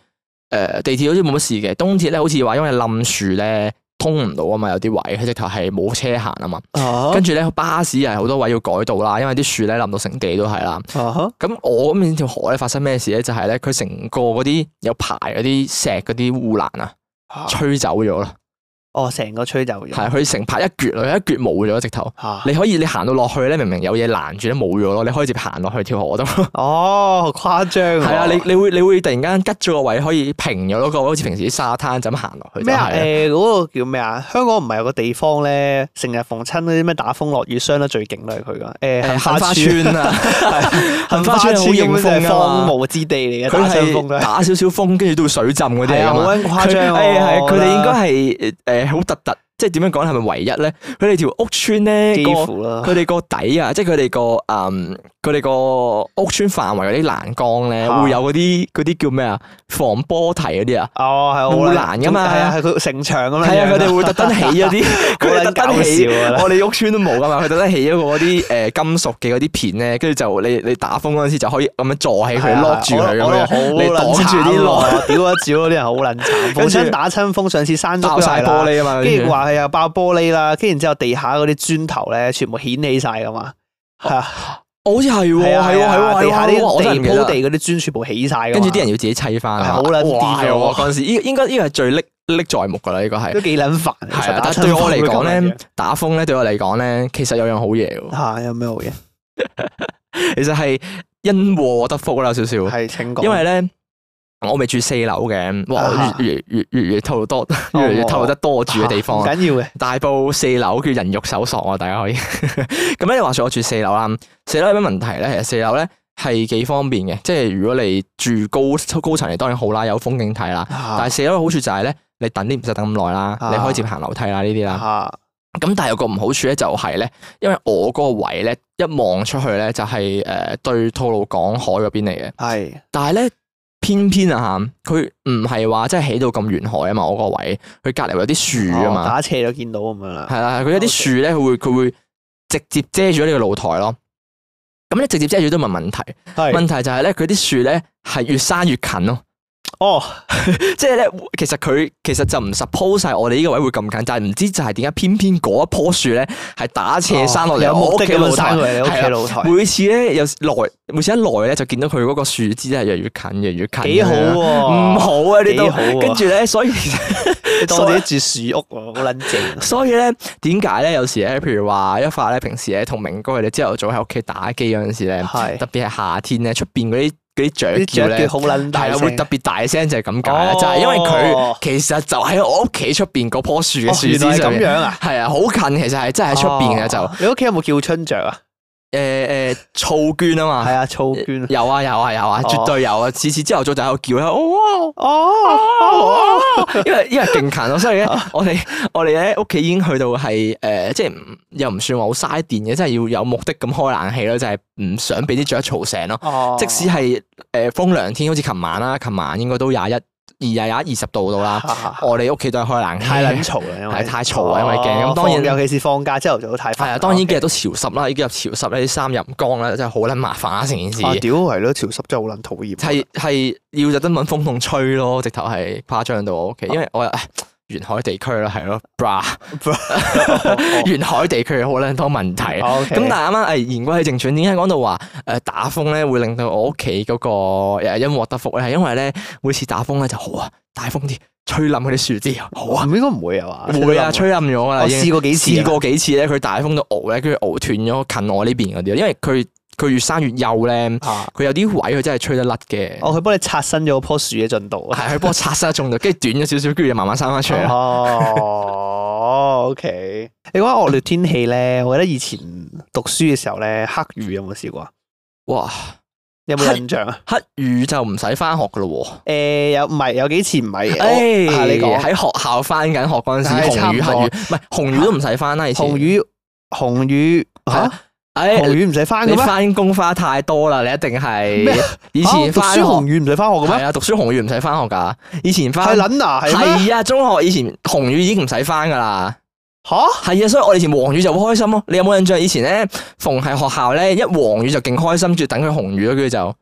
A: 呃地鐵好似冇乜事嘅，東鐵咧好似話因為冧樹咧通唔到啊嘛，有啲位佢直頭係冇車行啊嘛，
B: 啊
A: 跟住咧巴士係好多位要改道啦，因為啲樹咧冧到成地都係啦。
B: 啊
A: 咁我咁面條河咧發生咩事咧？就係咧佢成個嗰啲有排嗰啲石嗰啲護欄啊，
B: 哈
A: 吹走咗啦，
B: 哦，成個吹走咗，
A: 係佢成排一橛啦，一橛冇咗直頭。
B: 吓
A: 你可以你行到落去咧，明明有嘢攔住咧冇咗咯，你可以直接行落去條河度。係
B: 哦，誇張喎
A: 啊，你你會你會突然間吉咗個位，可以平咗嗰個位，好似平時啲沙灘就咁行落去就
B: 咩啊？
A: 係啦。
B: 誒嗰個叫咩啊？香港唔係有個地方咧，成日逢親嗰啲咩打風落雨傷得最勁都係佢噶。
A: 誒
B: 誒杏
A: 杏花
B: 花
A: 村
B: 村，
A: 啊，杏
B: 杏
A: 花
B: 花
A: 村
B: 村
A: 好
B: 咁
A: 迎
B: 樣
A: 風
B: 真係
A: 㗎嘛
B: 荒蕪之地嚟嘅，打
A: 佢
B: 傷風
A: 係
B: 都係。
A: 打少少風，跟住都會水浸嗰啲
B: 係
A: 嚟
B: 啊，
A: 㗎
B: 好
A: 嘛
B: 撚誇張
A: 誒
B: 喎
A: 係啊佢哋應該
B: 我覺
A: 係誒好突突，即係點樣講係咪唯一咧？佢哋條屋村咧
B: 得
A: 個
B: 幾乎啦。
A: 佢哋個底啊，即係佢哋個誒佢哋個屋村範圍嗰啲欄杆咧，
B: 啊
A: 會有嗰啲嗰啲叫咩啊防波堤嗰啲啊。
B: 哦，係好
A: 護
B: 撚
A: 欄㗎嘛
B: 係啊，係佢城牆咁樣樣。
A: 係啊，佢哋會特登起嗰 啲，佢哋特登起
B: 好撚搞笑啊，
A: 我哋屋村都冇噶嘛，佢特登起咗個嗰啲誒金屬嘅嗰啲片咧，跟住就你你打風嗰陣時就可以咁樣坐起佢，
B: 係啊
A: lock 住佢
B: 我我
A: 咁樣，你
B: 好撚
A: 擋住啲
B: 慘啊
A: 浪，
B: 喎屌一屌嗰啲人好撚慘，逢
A: 跟住
B: 親打親風，上次山竹都
A: 爆
B: 係
A: 晒
B: 啦
A: 玻璃啊嘛，
B: 跟住話佢又爆玻璃啦，跟住然之後地下嗰啲磚頭咧，全部顯起晒噶嘛，係啊，
A: 我好似哦係喎，
B: 係啊，
A: 係
B: 係
A: 喎，係
B: 啊
A: 喎，
B: 地下
A: 係喎，我
B: 啲
A: 真係
B: 地
A: 唔記得
B: 鋪地嗰啲磚全部起晒噶，
A: 跟住啲人要自己砌翻
B: 係啊好撚癲
A: 哇！
B: 喎
A: 係喎嗰陣時，呢應該呢個係最歷歷在目㗎啦，呢個係
B: 都幾撚煩。其
A: 係
B: 實
A: 啊。但
B: 打
A: 係對我嚟講咧，打風咧對我嚟講咧，其實有樣好嘢 喎，
B: 嚇有咩好嘢？
A: 其實係因禍得福啦，有少少。
B: 係啊請講。
A: 因為咧，我咪住四樓嘅，哇！
B: 啊哈
A: 我越越越越越透多，
B: 哦
A: 越嚟越透得多住嘅地
B: 嚇
A: 方啊
B: 唔。緊要嘅，
A: 大埔四樓叫人肉搜索啊，大家可以。 咁咧，話說我住四樓啦，四樓有咩問題咧？其實四樓咧係幾方便嘅，即係如果你住高高層，你當然好啦，有風景睇啦。但係
B: 但
A: 四樓嘅好處就係咧，你等啲唔使等咁耐啦，
B: 啊
A: 你可以直接行樓梯啦呢啲啦。
B: 嚇
A: 咁但係有個唔好處咧，就係咧，因為我嗰個位咧一望出去咧就係誒對吐露港海嗰邊嚟嘅。
B: 係
A: 但係咧，偏偏啊嚇，佢唔係話即係起到咁沿海啊嘛，我個位，佢隔離有啲樹啊
B: 哦
A: 嘛，
B: 打斜就見到咁樣啦，
A: 係啦，佢有啲樹咧，佢會佢會直接遮住咗呢個露台咯。咁咧直接遮住都唔係問題，
B: 係
A: 問題就係咧佢啲樹咧係越生越近咯，
B: 哦
A: 即係咧其實佢其實就唔 suppose 晒我哋呢個位會咁近，但係唔知就係點解偏偏嗰一棵樹咧係打斜生落嚟
B: 哦有
A: 我
B: 目
A: 屋
B: 的
A: 企
B: 咁樣
A: 露台
B: 生。過嚟你屋
A: 係啊
B: 企
A: 啦
B: 露台，
A: 每次咧有來，每次一來咧就見到佢嗰個樹枝咧越嚟越近，越嚟越近。
B: 幾好喎，
A: 唔好啊呢
B: 哦幾
A: 度
B: 好，喎
A: 跟住咧，所以
B: 你當我自己住樹屋喎，好撚正。
A: 所以咧，點解咧？有時咧，譬如話一發咧，平時咧同明哥佢哋朝頭早喺屋企打機嗰陣時咧，
B: 係
A: 特別係夏天咧，出邊嗰啲嗰啲雀
B: 啲
A: 叫
B: 雀
A: 咧
B: 叫，好撚大
A: 係啊，
B: 聲，
A: 會特別大聲，就係咁解啦，
B: 哦
A: 就係因為佢其實就喺我屋企出邊嗰棵樹嘅
B: 哦
A: 樹
B: 原來
A: 枝
B: 係
A: 上
B: 咁
A: 面。
B: 樣啊！
A: 係啊，好近，其實係真係喺出邊嘅就
B: 哦你屋企有冇叫春雀啊？
A: 誒誒噪娟啊嘛
B: 係，啊，草娟啊。
A: 有啊有啊有啊，
B: 哦
A: 絕對有啊！次次朝頭早就喺度叫啦，哦
B: 哦，
A: 因為因為勁近咯，所以咧，我哋我哋咧屋企已經去到係誒、呃即係唔又唔算話好嘥電嘅，即係要有目的咁開冷氣咯，就係、唔想俾啲雀嘈醒咯。
B: 哦
A: 即使係誒、呃、風涼天，好似琴晚啦，琴晚應該都廿一、二廿一、二十度到 啦。我哋屋企都係開冷氣，
B: 太撚嘈啦，因為
A: 係太嘈啊因為驚咁當然
B: 放尤其是放假朝頭早太煩
A: 係
B: 啦
A: 啊，當然
B: ，OK
A: 幾日都潮濕啦，呢幾日潮濕咧，啲衫又唔乾啦，真係好撚麻煩啊！成件事
B: 啊，屌係咯，潮濕真係好撚討厭。
A: 係係要特登揾風筒吹咯，直頭係誇張到我屋企，因為我唉沿海地區啦，係咯，bra。沿海地區好撚多問題。咁
B: 咁
A: 但係啱啱誒言歸正傳，點解講到話誒打風咧會令到我屋企嗰個誒因禍得福咧？係因為咧每次打風咧就好啊，大風啲吹冧佢啲樹枝，好啊，
B: 唔應該唔會啊嘛？
A: 會啊，吹冧咗㗎啦
B: 我
A: 已經
B: 試。過幾次啊，
A: 試過幾次咧，佢大風到熬咧，跟住熬斷咗近我呢邊嗰啲，啊因為佢佢越生越幼咧，
B: 啊
A: 佢有啲位佢真係吹得甩嘅，
B: 哦，佢幫你刷新咗棵樹嘅進度啊。
A: 係佢幫我擦身中度，跟住短咗少少，跟住就慢慢生翻出嚟啦。
B: 哦，OK。你講惡劣天氣咧，我記得以前讀書嘅時候咧，黑雨有冇試過啊？
A: 哇！
B: 有冇印象啊？
A: 黑雨就唔使翻學噶咯喎。
B: 誒，有唔係有幾次唔係嘅？
A: 诶，
B: 我啊你講
A: 哎喺學校翻緊學嗰陣時，
B: 係
A: 紅
B: 差唔
A: 雨
B: 多
A: 黑雨，唔係紅雨都唔使翻啦，以前
B: 紅雨紅雨
A: 係
B: 嚇
A: 啊诶，
B: 紅雨唔使翻嘅
A: 你
B: 咩？
A: 翻工花太多啦，你一定
B: 咩
A: 係以
B: 啊
A: 前
B: 讀
A: 翻
B: 書
A: 學
B: 紅雨唔使翻學嘅
A: 係
B: 咩？
A: 啊，讀書紅語唔使翻學㗎，以前翻
B: 係撚啊，係咩？
A: 係啊，中學以前紅語已經唔使翻㗎啦。
B: 吓？
A: 係啊，所以我哋以前黃雨就好開心咯。你有冇印象？以前咧，逢係學校咧，一黃雨就勁開心，住等佢紅雨咯，跟住就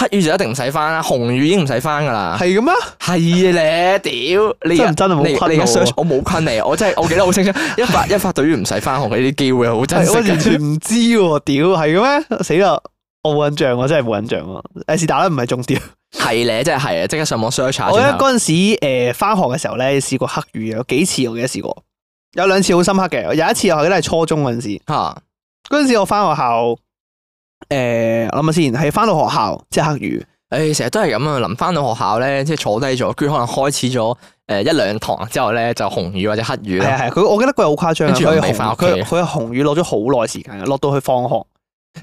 A: 黑雨就一定唔使翻啦，紅雨已經唔使翻噶啦。
B: 係嘅咩？
A: 係咧，屌你
B: 真
A: 而
B: 唔
A: 家
B: 真啊？冇
A: 你你
B: 噴
A: 而家
B: 我
A: search
B: 喎，
A: 我冇噴你，我真係我記得好清楚，一發一發隊員唔使翻學嘅呢啲機會好珍
B: 係
A: 惜
B: 我完
A: 嘅。
B: 全唔知喎，屌係嘅咩？死啦！我冇印象，我真係冇印象喎。誒是但啦，唔係重點。
A: 係咧，真係係啊！即刻上網 search 下
B: 我
A: 先
B: 咧
A: 啊。
B: 嗰陣時誒翻學嘅時候咧，試過黑雨嘅，有幾次我記得試過，有兩次好深刻嘅。有一次我記得係初中嗰陣時，
A: 嚇
B: 嗰陣時我翻學校誒，我諗下先，係翻到學校即係黑雨。
A: 誒，成日都係咁啊！臨翻到學校咧，即係坐低咗，跟住可能開始咗呃誒一兩堂之後咧，就紅雨或者黑雨
B: 係啊
A: 啦。
B: 係啊，佢我記得佢好誇張啊，
A: 跟住又
B: 佢
A: 唔俾返
B: 紅
A: 屋企
B: 佢佢紅雨落咗好耐時間嘅，落到去放學，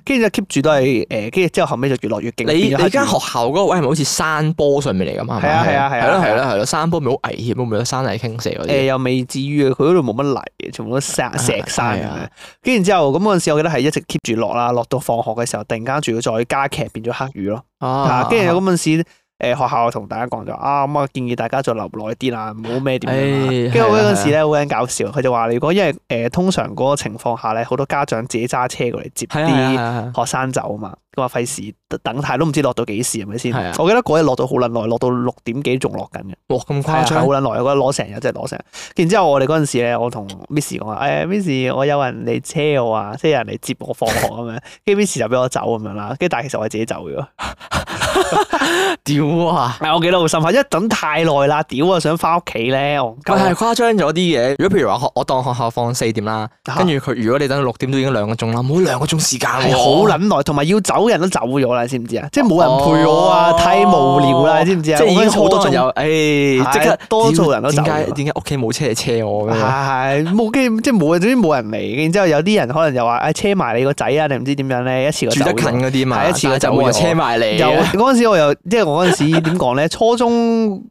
B: 跟住就 keep 住都係誒，跟住之後後尾就越落越勁。
A: 你
B: 變咗黑
A: 你
B: 雨
A: 間學校嗰個位係咪好似山坡上面嚟㗎嘛？
B: 係啊係啊係啊
A: 係咯
B: 係
A: 係
B: 啊
A: 咯係咯，山坡咪好危險，會唔會有山泥傾瀉嗰
B: 誒
A: 啲？
B: 又未至於嘅，佢嗰度冇乜泥嘅，全部都石石山咁
A: 係
B: 樣
A: 啊。
B: 跟住之後咁嗰陣時，我記得係一直 keep 住落啦，落到放學嘅時候，突然間仲要再加劇變咗黑雨咯。啊，跟住咁嗰陣時。誒學校同大家講咗啊，咁啊建議大家再留耐啲啦，唔好咩點樣啦
A: 誒
B: 跟住我
A: 係啊
B: 嗰陣時咧好撚搞笑，佢就話如果因為誒通常嗰個情況下咧，好多家長自己揸車過嚟接
A: 係啊係
B: 啲
A: 啊
B: 學生走啊嘛，咁啊費事等太都唔知落到幾時係咪先？
A: 係啊
B: 我記得嗰日落到好撚耐，落到六點幾仲落緊嘅，
A: 哇咁
B: 係啊
A: 誇
B: 係好
A: 張，啊
B: 撚耐，我覺得攞成日真係攞成日。然之後我哋嗰陣時咧，我同 Miss 講話，誒 Miss 我有人嚟車我啊，即係有人嚟接我放學咁樣，跟住 Miss 就俾我走咁樣啦，跟住但係其實我係自己走嘅。
A: 屌啊！
B: 係我記得好深刻，因為等太耐啦，屌啊！想翻屋企咧，我嗯
A: 佢係誇張咗啲嘅。如果譬如話學，我當學校放四點啦，跟住佢如果你等到六點都已經兩個鐘啦，冇兩個鐘時間
B: 啊係
A: 喎，
B: 好撚耐，同埋要走人都走咗啦，知唔知啊？即係冇人陪我啊，
A: 哦
B: 太無聊啦，知唔知啊？
A: 即係已
B: 我
A: 經
B: 嗰陣
A: 好多人有，
B: 係
A: 誒即刻
B: 多數人都走
A: 點解
B: 咗
A: 點解屋企冇車嚟車我
B: 初中
A: 咁
B: 係
A: 樣？
B: 係冇跟住即係冇人，總之冇人嚟。然之後有啲人可能又話誒車埋你個仔啊，定唔知點樣咧，一次過
A: 住得
B: 走
A: 近
B: 咗。
A: 嗰啲嘛，
B: 係一次過
A: 但係
B: 走
A: 就冇人
B: 咗
A: 車埋你
B: 又
A: 嘅。
B: 嗰陣時我又即係我嗰陣時點講咧？初中誒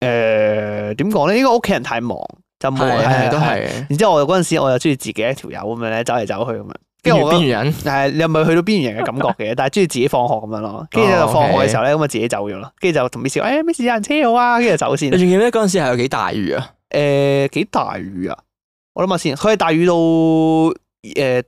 B: 點講咧？應該屋企人太忙就冇
A: 係係都。
B: 係
A: 係。
B: 然之後我嗰陣時我又中意自己一條友咁樣咧，走嚟走去咁樣。跟
A: 邊
B: 住我
A: 緣
B: 覺得
A: 邊緣人
B: 係你有冇去到邊緣人嘅感覺 嘅？但係中意自己放學咁樣咯，跟住
A: 哦
B: 就
A: ，OK
B: 放學嘅時候咧，咁啊自己走咗咯，跟住就同 Miss 講誒 Miss 有人車我啊，跟住就走 先
A: 你。仲記唔記得嗰陣時係有幾大雨啊？
B: 誒幾大雨啊？我諗下先，佢係大雨到誒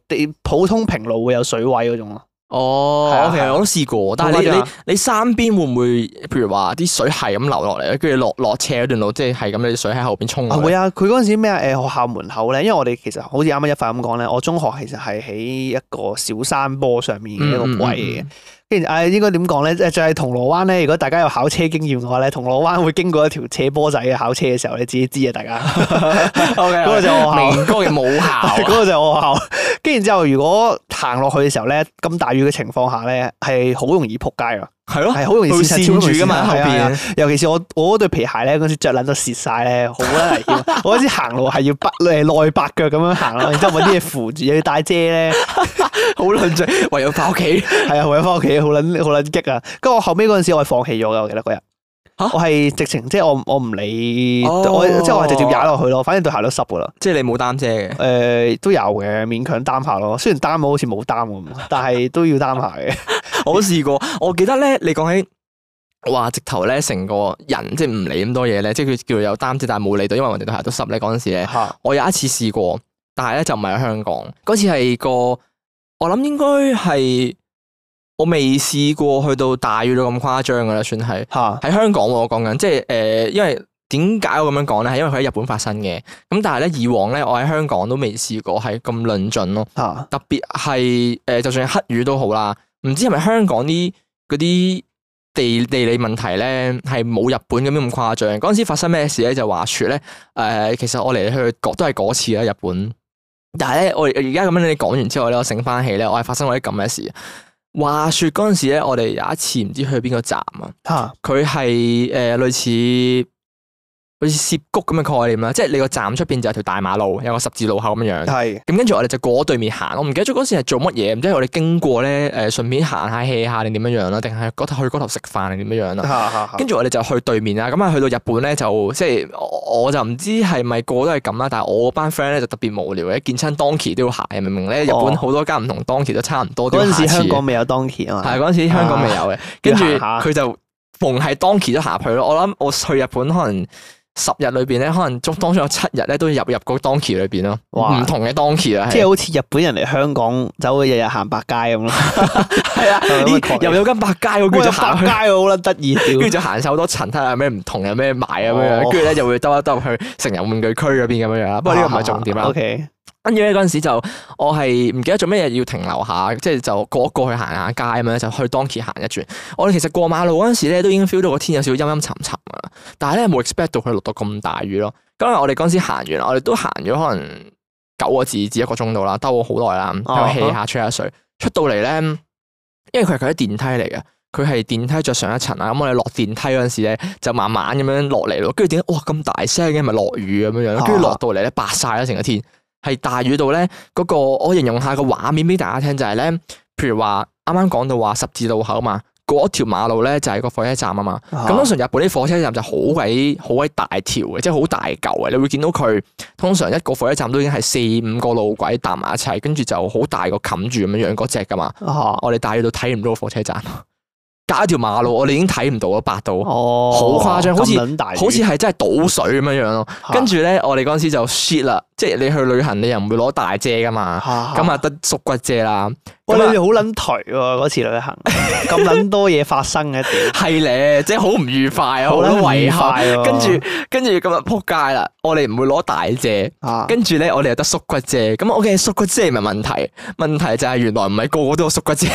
B: 地普通平路會有水位嗰種咯。係啊
A: 哦，OK，
B: 係啊
A: 我都試過，但係
B: 好誇
A: 你
B: 張
A: 你
B: 啊
A: 你山邊會唔會，譬如話啲水係咁流落嚟咧，跟住落落斜嗰段路，即係係咁，你啲水喺後邊衝
B: 啊
A: 落 嚟。
B: 會啊！佢嗰陣時咩啊？誒學校門口咧，因為我哋其實好似啱啱一發咁講咧，我中學其實係喺一個小山坡上面嘅一個
A: 嗯嗯
B: 位嘅。跟住誒應該點講咧？誒就係銅鑼灣咧。如果大家有考車經驗嘅話咧，銅鑼灣會經過一條斜坡仔嘅考車嘅時候，你自己知啊，大家。
A: ，OK，
B: 嗰個就我校
A: 明哥嘅母校啊。
B: 嗰個就係我學校。跟住之後，如果行落去嘅時候咧，咁大雨嘅情況下咧，係好容易撲街啊！
A: 係咯，
B: 係好容易
A: 佢會
B: 跣親
A: 跣住噶嘛
B: 超
A: 後
B: 容易跣親係啊
A: 邊。
B: 尤其是我我嗰對皮鞋咧，嗰時着撚到蝕晒咧，好撚危 險。我嗰時行路係要八誒內八腳咁樣行啦，然之後揾啲嘢扶住，又要帶遮咧，
A: 好卵醉，唯有翻屋 企。
B: 係啊，為咗翻屋企好撚好撚激啊！跟住我後尾嗰陣時，我係放棄咗嘅，我記得嗰日。
A: 嚇
B: 我係直情即係我我唔理，
A: 哦
B: 我即係我係直接踩落去咯，反正對鞋都濕噶啦。
A: 即係你冇擔遮嘅
B: 誒、。都有嘅，勉強擔下咯。雖然擔我好似冇擔咁，但係都要擔下 嘅。
A: 我都試過，我記得咧，你講起話直頭咧，成個人即係唔理咁多嘢咧，即係佢叫做有擔遮，但係冇理到，因為人哋對鞋都濕咧。嗰陣時咧，
B: 嚇
A: 我有一次試過，但係咧就唔係喺香港，嗰次係個我諗應該係我未試過去到大雨到咁誇張噶啦，算係
B: 嚇
A: 喺香港喎。我講緊即係誒、呃因為點解我咁樣講咧？係因為佢喺日本發生嘅，咁但係咧以往咧，我喺香港都未試過係咁論盡咯。
B: 嚇
A: 特別係誒，就算係黑雨都好啦，唔知係咪香港啲嗰啲地地理問題咧，係冇日本咁樣咁誇張。嗰陣時發生咩事咧？就話説咧，誒、其實我嚟嚟去去都係嗰次啦，日本。但係咧，我而家咁樣你講完之後咧，我醒翻起咧，我係發生過啲咁嘅事。話説嗰陣時咧，我哋有一次唔知去邊個站啊，
B: 嚇
A: 佢係誒類似好似涉谷咁嘅概念啦，即係你個站出邊就有條大馬路，有個十字路口咁樣樣。
B: 係
A: 咁跟住我哋就過咗對面行，我唔記得咗嗰時係做乜嘢，唔知係我哋經過咧，誒、順便行下 hea 下定點樣樣啦，定係嗰頭去嗰頭食飯定點樣樣啦。
B: 嚇嚇
A: 跟住我哋就去對面啦，咁啊去到日本咧就即係我我就唔知係咪個個都係咁啦，但係我嗰班 friend 咧就特別無聊嘅，見親 Donkey 都要行，明明咧日
B: 哦
A: 本好多間唔同 Donkey 都差唔多都
B: 嗰
A: 要
B: 陣
A: 下
B: 時
A: 一次啊
B: 香
A: 嘅。
B: 港未有 Donkey 啊嘛，
A: 係嗰陣時香港未有嘅，跟 住
B: 要行下
A: 佢就逢係 Donkey 都下去咯。我諗我去日本可能十日裏邊咧，可能中當中有七日咧都要入入個 Donkey 裏邊咯，
B: 哇
A: 唔同嘅 Donkey 啊，
B: 即
A: 係
B: 係好似日本人嚟香港走去日日行百佳咁咯。
A: 係啊，
B: 係咁嘅概
A: 咦
B: 念
A: 又有間百佳喎，
B: 哇
A: 跟住就行
B: 百
A: 去。
B: 佳我好撚得意，屌
A: 跟住就行晒好多層，睇下有咩唔同，啊有咩買咁樣樣，
B: 哦
A: 跟住咧就會兜一兜去成人玩具區嗰邊咁樣樣啦。不過呢
B: 啊
A: 個唔係重點啦啊
B: O。K，
A: 跟住咧嗰陣時就我係唔記得做咩嘢要停留下，即係就過一過去行下街啊咁樣，就去 Donkey 行一轉。我哋其實過馬路嗰陣時咧，都已經 feel 到個天有少少陰陰沉沉啊，但係咧冇 expect 到佢落到咁大雨咯。咁我哋嗰陣時行完，我哋都行咗可能九個字至一個鐘度啦，兜咗好耐啦，
B: 哦
A: 喺度 hea 下吹下水，出到嚟咧，因為佢係佢喺電梯嚟嘅。佢係電梯着上一層啦，啊咁我哋落電梯嗰陣時咧，就慢慢咁樣落嚟咯。跟住點解哇咁大聲嘅？咪落雨咁樣樣，跟住落到嚟咧白晒啦成個天。係大雨到咧，嗰、個我形容下個畫面俾大家聽就係咧，譬如話啱啱講到話十字路口嘛，嗰一條馬路咧就係個火車站啊嘛。咁通
B: 咁
A: 常日本啲火車站就好鬼好鬼大條嘅，即係好大嚿嘅，你會見到佢通常一個火車站都已經係四五個路軌搭埋一齊，跟住就好大個冚住咁樣樣嗰只噶嘛。
B: 哦
A: 我哋大雨到睇唔到個火車站， 隔一條馬路我哋已經睇唔到啊，八度，
B: 哦，
A: 好誇張好似
B: 咁撚大雨，啊
A: 好似係真係倒水咁樣樣咯。
B: 嚇
A: 跟住咧，我哋嗰陣時就 shit 啦，即係你去旅行你又唔會攞大遮噶嘛。
B: 嚇
A: 咁啊，得縮骨遮啦，
B: 喂，
A: 咁啊
B: 你哋好撚頹喎！嗰次旅 行咁撚多嘢發生嘅，屌
A: 係咧，即係好唔愉快啊，好多
B: 撚
A: 遺憾。
B: 快喎
A: 跟住跟住咁啊，撲街啦！我哋唔會攞大遮，
B: 啊，
A: 跟住咧我哋又得縮骨遮。咁 OK，縮骨遮唔係問題，問題就係原來唔係個個都有縮骨遮。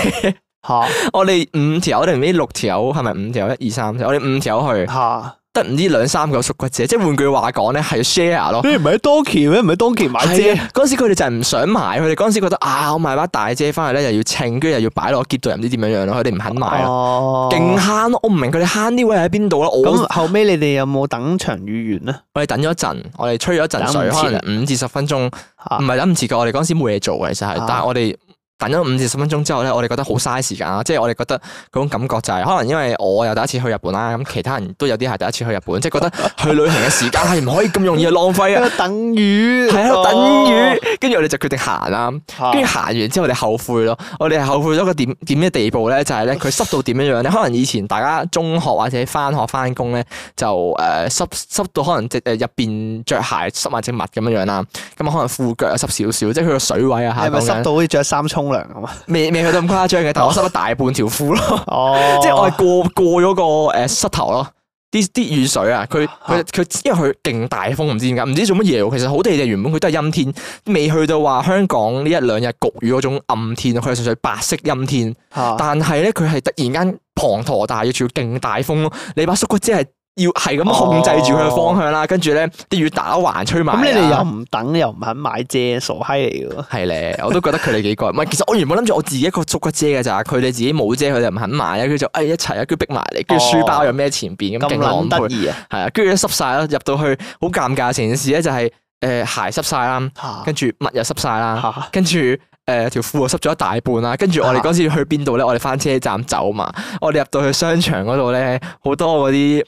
B: 嚇
A: 我哋五條，我哋唔知六條，係咪五條？一二三，我哋五條去，
B: 嚇，
A: 得唔知兩三個縮骨遮。即係換句話講咧，係 share 咯。
B: 你唔係喺 Donkey 咩？唔係 Donkey 嗯買
A: 係
B: 遮
A: 啊嗰陣時佢哋就係唔想買，佢哋嗰陣時覺得啊，我買把大遮翻去咧，又要稱，跟住又要擺落個箧度，又唔知點樣樣咯，佢哋唔肯買咯，
B: 哦，
A: 啊勁慳咯！我唔明佢哋慳呢位喺邊度咯。我
B: 咁後尾你哋有冇等場雨完咧？
A: 我哋等咗一陣，我哋吹咗一陣水，
B: 等唔切
A: 可
B: 啦
A: 能五至十分鐘，唔
B: 嚇
A: 係等唔切嘅。我哋嗰陣時冇嘢做嘅，其實係
B: 啊，
A: 但係我哋。等咗五至十分鐘之後咧，我哋覺得好嘥時間啦，即係我哋覺得嗰種感覺就係、可能因為我又第一次去日本啦，咁其他人都有啲係第一次去日本，即係覺得 去旅行嘅時間係唔可以咁容易浪 費啊，
B: 喺度等雨，
A: 係喺度等雨，跟住我哋就決定行啦。
B: 哦，
A: 跟住行完之後，我哋後悔咯。我哋係後悔咗個點點嘅地步咧，就係咧佢濕到點樣樣咧。可能以前大家中學或者翻學翻工咧，就誒、呃、濕濕到可能隻誒入邊着鞋濕埋隻襪咁樣樣啦。咁啊，可能褲腳又濕少少，即係佢個水位啊
B: 係
A: 嚇
B: 咪
A: 講
B: 濕
A: 緊。
B: 到哦好似着衫沖涼 咁啊？
A: 未未去到咁誇張嘅，但我濕咗大半條褲咯。
B: 哦，
A: 即係我係過過咗個誒膝頭咯。啲啲雨水啊，佢佢佢，因為佢勁大風，唔知點解，唔知做乜嘢喎。其實好地地原本佢都係陰天，未去到話香港呢一兩日焗雨嗰種暗天，佢係純粹白色陰天。
B: 嚇
A: 但係咧，佢係突然間滂沱大雨，仲要勁大風咯。你把縮骨遮係要係咁控制住佢嘅方向啦，跟住咧啲雨打橫吹埋啊。
B: 咁你哋又唔等又唔肯買遮，傻閪嚟嘅
A: 係咧，我都覺得佢哋幾個，唔係，其實我原本諗住我自己一個捉骨遮嘅咋，佢哋自己冇遮，佢哋唔肯買啊，跟住就哎一齊啊，跟住逼埋嚟，跟住書包又孭前邊
B: 喎，
A: 咁
B: 哦咁
A: 勁狼
B: 撚得
A: 狽，
B: 意啊！
A: 係啊，跟住一濕晒啦，入到去好尷尬，成件事咧就係、呃鞋濕晒啦，
B: 嚇
A: 跟住襪又濕晒啦，
B: 嚇
A: 跟住。誒條褲又濕咗一大半啦，跟住
B: 啊
A: 我哋嗰次去邊度咧？我哋翻車站走嘛，我哋入到去商場嗰度咧，好多嗰啲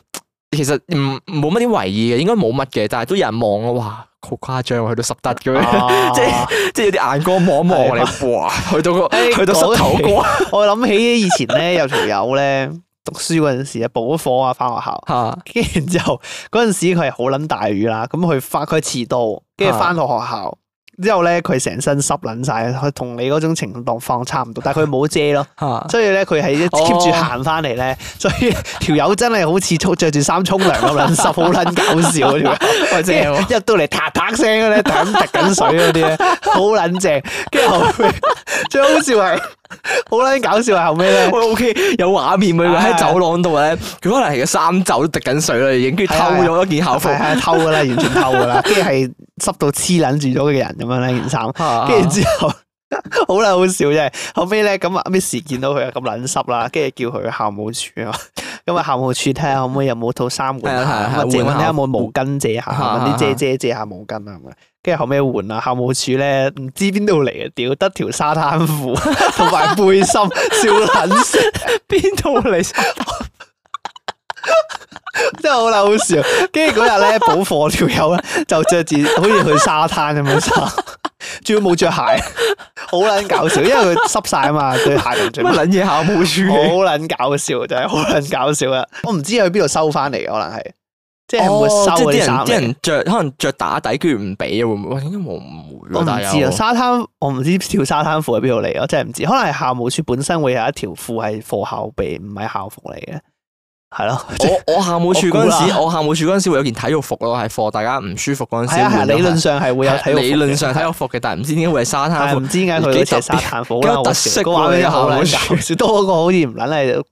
A: 其實唔冇乜啲懷疑嘅，應該冇乜嘅，但係都有人望我，哇，好誇張喎，去到濕得咁樣。
B: 啊哎
A: 即 係即係有啲眼光望一望我哋，哇！去到個
B: 誒
A: 去到膝頭哥
B: 我諗起以前咧有條友咧讀書嗰陣時啊，補咗課啊，翻學校，
A: 嚇
B: 跟住然之後嗰陣時佢係好撚大雨啦，咁佢翻佢遲到，跟住翻到學校。之後咧，佢成身濕撚晒，佢同你嗰種情況差唔多，但係佢冇遮咯，
A: 嚇，
B: 所以咧佢
A: 哦
B: 係一 keep 住行翻嚟咧，所以條友真係好似沖着住衫沖涼咁撚濕，好撚搞笑啊！條友
A: 喂
B: 即係
A: 正喎，
B: 入到嚟嗒嗒聲嗰咧，咁滴緊水嗰啲咧，好撚正。跟住後尾最好笑係，好撚搞笑係後尾咧，
A: 喂 OK 有畫面喎，佢喺
B: 係
A: 走廊度咧，佢可能係個衫袖都滴緊水啦，已經跟住
B: 係
A: 偷
B: 啊
A: 咗一件校服
B: 係，係偷噶啦，完全
A: 啊
B: 偷噶啦，跟住係濕到黐撚住咗嘅人咁樣咧件衫，
A: 嚇
B: 跟住之後。好啦，好笑真係。後尾咧，咁啊 Miss 見到佢啊，咁撚濕啦，跟住叫佢去校務處啊。 咁啊，校務處睇下可唔可以有冇套衫換下，
A: 係啊係啊
B: 咁
A: 係
B: 啊
A: 啊
B: 借
A: 換下
B: 問睇下有冇毛巾借下，
A: 啊
B: 問啲姐姐借下毛巾啊咁啊。跟住後尾換啊，校務處咧唔知邊度嚟嘅，屌得條沙灘褲同埋背心，笑撚死，
A: 邊度 嚟？
B: 真係好撚好笑。跟住嗰日咧補課條友咧就着住好似去沙灘咁樣 衫，仲要冇着鞋，好撚搞笑，因為佢濕晒啊嘛，對鞋同著
A: 乜。撚嘢校務處嚟？
B: 好撚搞笑，真係好撚搞笑啊！我唔知佢去邊度收翻嚟嘅，可能係即係會
A: 哦
B: 收嗰
A: 即
B: 啲
A: 係
B: 衫
A: 啲人啲
B: 嚟。
A: 人着可能着打底，跟住唔俾啊，會唔會？喂應該冇唔會喎。
B: 我唔
A: 但係
B: 知
A: 有
B: 啊，沙灘我唔知條沙灘褲喺邊度嚟，我真係唔知。可能係校務處本身會有一條褲係課校備，唔係校服嚟嘅，係咯。
A: 我我校務處嗰陣
B: 我估
A: 時，
B: 啦
A: 我校務處嗰陣時會有件體育服咯，係課大家唔舒服嗰陣時
B: 係啊，係
A: 換咗
B: 啊理論
A: 係啊
B: 上係會有體育服嘅
A: 理論上體育服嘅，但係唔知點解會係沙
B: 但
A: 灘
B: 係
A: 褲
B: 唔。知點解佢嗰隻沙灘褲
A: 幾
B: 啦，
A: 有
B: 好
A: 特
B: 搞
A: 色
B: 笑
A: 喎
B: 個畫面好
A: 呢個
B: 撚
A: 校務
B: 搞笑，多個好似唔撚係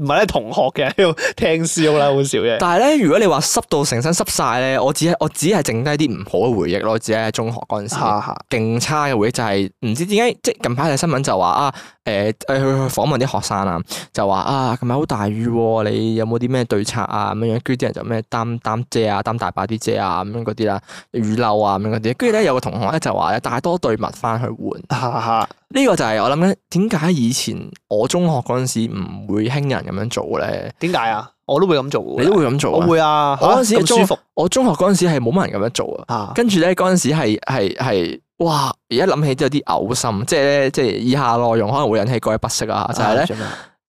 B: 唔係咧同學嘅喺度聽笑啦，好笑嘅。
A: 但係咧，如果你話濕到成身濕晒咧，我只係我只係剩低啲唔好嘅回憶咯，只係喺中學嗰陣時。
B: 下下
A: 勁差嘅回憶就係唔知點解，即係近排睇新聞就話啊，誒、誒去去訪問啲學生啊，就話啊近排好大雨喎、你有冇啲咩對策啊咁樣樣？跟住啲人就咩擔擔遮啊，擔大把啲遮啊咁樣嗰啲啦，雨褸啊咁樣嗰啲。跟住咧有個同學咧就話咧帶多對襪翻去換，
B: 下下
A: 呢、個就係我諗咧點解以前我中學嗰陣時唔會興人咁樣做咧？
B: 點解啊？我都會咁做嘅喎
A: 你都會咁做
B: 我
A: 啊？
B: 會啊，
A: 我嗰陣時
B: 嚇咁
A: 中
B: 舒服
A: 我中學嗰陣時係冇乜人咁樣做啊。
B: 啊，
A: 跟住咧嗰陣時係係係，哇！而家諗起都有啲嘔心，即係咧，即係以下內容可能會引起各位不適啊，就係咧
B: 咧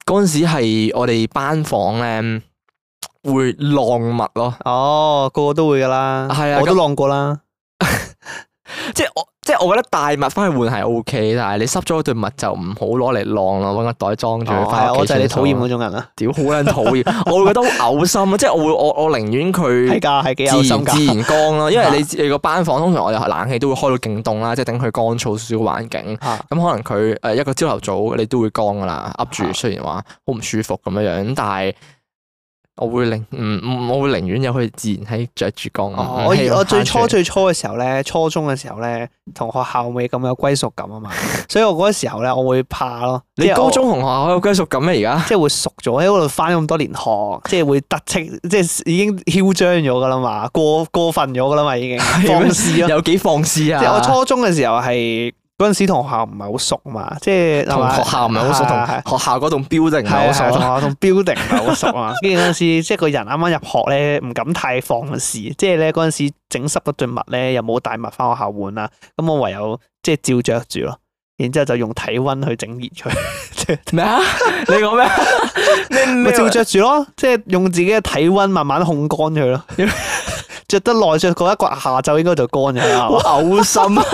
A: 嗰陣時係我哋班房咧會晾襪咯，
B: 哦，個個都會噶啦，
A: 係啊
B: 我都
A: 咁
B: 浪過啦，
A: 即係我即係我覺得帶襪翻去換係 O K，但係你濕咗嗰對襪就唔好攞嚟晾咯，揾個袋裝住
B: 係
A: 翻
B: 啊，
A: 屋
B: 我
A: 企
B: 就係你
A: 算數
B: 討厭嗰種人啊啦，
A: 屌好撚討厭，我會覺得好嘔心啊！即係我會我我寧願佢
B: 係㗎，係幾
A: 自
B: 有
A: 然
B: 心
A: 自
B: 㗎，啊
A: 然乾咯，因為你你個班房通常我哋冷氣都會開到勁凍啦，即係等佢乾燥少少環境。
B: 嚇
A: 咁可能佢誒一個朝頭早你都會乾噶啦，噏住
B: 啊
A: 雖然話好唔舒服咁樣樣，但係我會寧唔唔我會寧願有佢自然喺着住乾。
B: 哦
A: 唔希
B: 我
A: 望
B: 我
A: 嗯
B: 最
A: 啊慳
B: 初
A: 住
B: 最初嘅時候咧，初中嘅時候咧，同學校未咁有歸屬感啊嘛，所以我嗰時候咧，我會怕咯。
A: 你
B: 即係我
A: 高中同學有歸屬感咩？而家
B: 即係會熟咗喺嗰度翻咁多年學，即係會得戚，即係已經囂張咗噶啦嘛，過過分咗噶啦嘛，已 經
A: 咩
B: 放肆咯。
A: 有幾放肆啊？
B: 即係我初中嘅時候係嗰陣時同學校唔係好熟嘛，即係係
A: 同
B: 嘛
A: 學校唔係好熟，
B: 係係
A: 同學校嗰棟 building 唔係
B: 係
A: 好
B: 啊，係
A: 熟。
B: 啊同學同 building 唔係好熟啊。 跟住嗰陣時，即係個人啱啱入學咧，唔敢太放肆，即係咧嗰陣時整濕咗對襪咧，又冇帶襪翻學校換啦。咁我唯有即係照着住咯。然之後就用體温去整熱佢，
A: 咩啊？你講 咩？你
B: 咪
A: 咩
B: 照着住咯，即係用自己嘅體温慢慢烘乾佢咯。 着得耐，着過一個下晝應該就乾咗 啦。
A: 好嘔 心啊！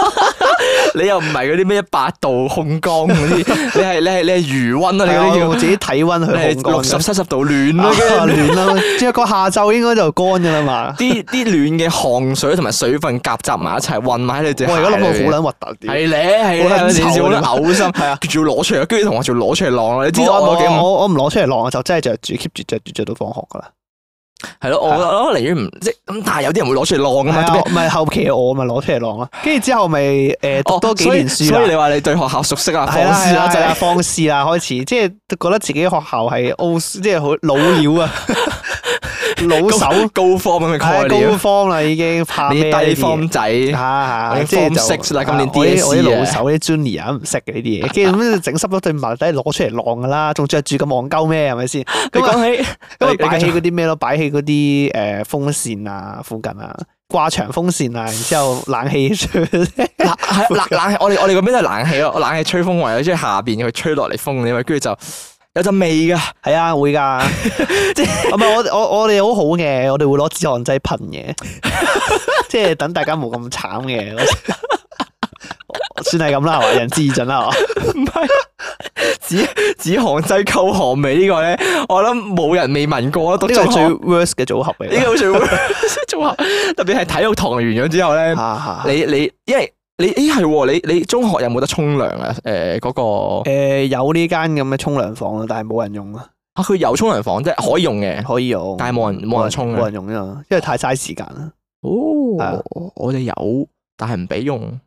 A: 你又唔係嗰啲咩一百度控乾嗰 啲，你係你係你係餘温啊！你
B: 係啊
A: 嗰啲
B: 我
A: 叫
B: 用自己體温去
A: 你係
B: 烘乾
A: 六十
B: 佢。
A: 七十度暖
B: 啊
A: 啦，跟住
B: 暖啦，即係個下晝應該就乾㗎啦 嘛。
A: 啲啲暖嘅汗水同埋水分夾雜埋一齊混埋喺你隻鞋
B: 我而家諗到
A: 裏邊
B: 好撚核突啲。
A: 係咧係咧，有
B: 好撚
A: 少少
B: 臭啊
A: 好 嘔心，
B: 係啊
A: 佢仲要攞出嚟，跟住同學仲要攞出嚟晾啦，你知
B: 冇
A: 道
B: 啊冇
A: 我
B: 啊
A: 幾
B: 我我唔攞出嚟晾，啊我就真係着住 keep 住着住着到放學噶啦。
A: 係咯，我哦我寧願唔即咁，但係有啲人會攞出嚟晾噶嘛，
B: 係
A: 特
B: 啊
A: 別，
B: 咪後期我咪攞出嚟晾咯。跟住之後咪誒讀
A: 哦
B: 多幾
A: 所以
B: 年書
A: 所以
B: 啦。
A: 你話你對學校熟悉啦，放
B: 係啦
A: 肆
B: 啊係
A: 啦，
B: 啦
A: 就
B: 係啦，
A: 係
B: 放肆啦，開始即係覺得自己學校係 O，即係好老 料啊，老手
A: 高科咁嘅概
B: 係啊
A: 念
B: 高，方啦已經怕
A: 你
B: 咩呢
A: 低
B: 啲嘢
A: 方仔
B: 嚇
A: 我
B: 嚇，
A: 啲
B: 即係
A: form
B: 就
A: six 啦今年
B: 啊我啲我
A: DSE
B: 啲
A: 啊
B: 老手啲 junior 都唔識嘅呢啲嘢，跟住咁整濕咗對襪底攞出嚟晾噶啦，仲着住咁戇鳩咩係咪先？
A: 你
B: 咁啊
A: 講起
B: 咁啊
A: 你，
B: 擺
A: 繼
B: 起
A: 續
B: 嗰啲咩咯？擺起嗰啲誒風扇啊，附近啊，掛牆風扇啊，然之後冷氣
A: 冷 係冷冷氣，我哋我哋嗰邊都係冷氣咯，冷氣吹風位，即係下邊佢吹落嚟風你咪，跟住就有陣味噶。
B: 係啊，會㗎。 哦唔係我我我哋好好嘅，我哋會攞止汗劑噴 嘅，即係等大家冇咁慘嘅。算係咁啦，係嘛？仁至義盡 啦，係嘛？
A: 唔 係止止汗劑溝汗味呢個咧，我諗冇人未聞過啦。讀
B: 呢
A: 中
B: 個
A: 學
B: 係最 worst 嘅組合嚟
A: 呢
B: 㗎。
A: 個最會 組合，特別係體育堂完咗之後咧，
B: 嚇嚇
A: 你你因為你咦係喎，你你中學有冇得沖涼啊？誒嗰個
B: 誒有呢間咁嘅沖涼房啊，但係冇人用啊，
A: 啊佢有沖涼房啫，可以用嘅。
B: 可以用，
A: 但係冇人冇人沖嘅
B: 冇人用啊，因為太嘥時間啦。係啊
A: 哦，我哋有，但係唔俾用。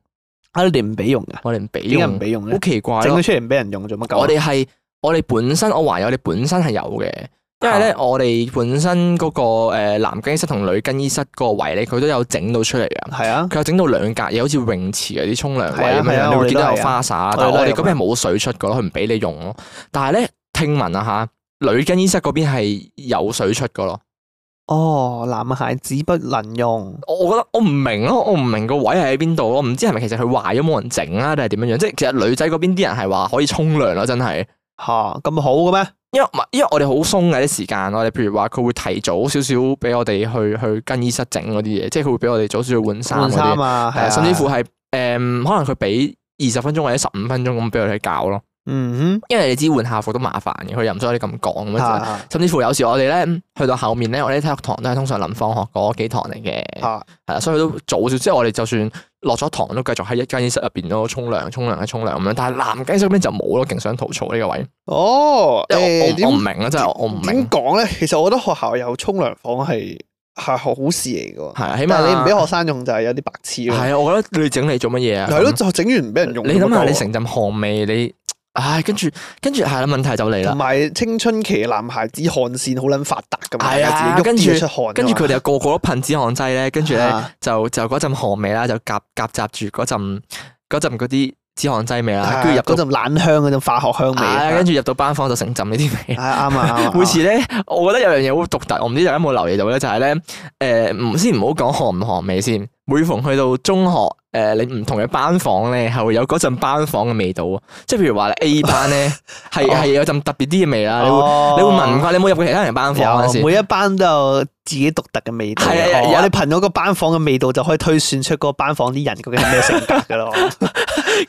B: 啊，你哋唔俾用噶？
A: 我哋唔俾
B: 點解
A: 用
B: 唔，俾用
A: 好
B: 咧？
A: 奇怪
B: 整
A: 咯
B: 咗。出嚟唔俾人用做乜
A: 我
B: 鳩啊？
A: 哋係我哋本身，我懷疑我哋本身係有嘅，因
B: 啊
A: 為咧我哋本身嗰、個呃男更衣室同女更衣室個位咧，佢都有整到出嚟嘅。
B: 係啊，
A: 佢有整到兩格嘢，好似泳池嗰啲沖涼位
B: 係
A: 咁
B: 啊係
A: 樣，
B: 啊
A: 你
B: 我
A: 會
B: 哋
A: 見到
B: 都
A: 有
B: 係啊
A: 花灑，但
B: 我哋都
A: 我
B: 係
A: 哋嗰
B: 咁
A: 邊
B: 啊
A: 係冇水出噶咯，佢唔俾你用咯。但係咧，聽聞啊嚇，女更衣室嗰邊係有水出噶咯。
B: 哦，男孩子不能用，
A: 我我覺得我唔明咯，我唔明個位係喺邊度咯，唔知係咪其實佢壞咗冇人整啊，定係點樣樣？即係其實女仔嗰邊啲人係話可以沖涼咯，真係。
B: 吓咁好嘅咩？
A: 因為唔係因為我哋好鬆嘅啲時間，我哋譬如話佢會提早少少俾我哋去去更衣室整嗰啲嘢，即係佢會俾我哋早少少換衫
B: 換
A: 嗰啲
B: 衫，啊，
A: 係啊，甚至乎係誒、可能佢俾二十分鐘或者十五分鐘咁俾我哋搞咯，
B: 嗯
A: 因為你知換校服都麻煩嘅，佢又唔想我哋咁講咁
B: 哼，
A: 樣。
B: 嚇
A: 甚至乎有時我哋咧去到後面咧，我哋啲體育堂都係通常臨放學嗰幾堂嚟嘅，係
B: 嚇
A: 啊啦，所以佢都早少，即係我哋就算落咗堂都繼續喺一間衣室入邊咯，沖涼、沖涼、沖涼咁樣。但係男更衣室嗰邊就冇咯，勁想吐槽呢個位，
B: 哦，
A: 因為
B: 誒
A: 我我我唔
B: 點
A: 明啊，真係我唔明
B: 點，講咧？其實我覺得學校有沖涼房係係好事嚟嘅喎，
A: 係啊，起
B: 但係你唔俾
A: 碼
B: 學生用就係有啲白痴咯。
A: 係啊，我覺得你整嚟做乜嘢啊？
B: 係咯，就整完唔俾人用。
A: 你諗下，你成陣汗味，你唉，跟住跟住係啦，問題就嚟啦
B: 同。埋青春期男孩子汗腺好撚發達噶嘛，
A: 係啊
B: 自己喐
A: 跟
B: 啲
A: 住
B: 就出汗㗎嘛。
A: 跟住佢哋 又個個都噴止汗劑咧，跟住咧
B: 啊
A: 就就嗰陣汗味啦，就夾夾雜住嗰陣嗰陣嗰啲止汗劑味啦，
B: 啊
A: 跟住入
B: 嗰
A: 到
B: 陣冷香嗰種化學香味
A: 啊，
B: 啊，
A: 跟住入到班房就成浸呢啲味
B: 係。啊啱啊，啱啊
A: 每次咧，我覺得有樣嘢好獨特，我唔知大家有冇留意到咧，就係咧，誒，唔先唔好講汗唔汗味先。每逢去到中學，誒、你唔同嘅班房咧，係會有嗰陣班房嘅味道啊。即係譬如話你 A 班咧，係係有陣特別啲嘅味啦。你會
B: 哦
A: 你會聞啩？你有冇入過其他人班房嗰陣時
B: 有？每一班都有自己獨特嘅味道。
A: 係啊
B: 哦
A: 有
B: 我哋憑咗個班房嘅味道就可以推算出嗰個班房啲人究竟係咩性格噶咯。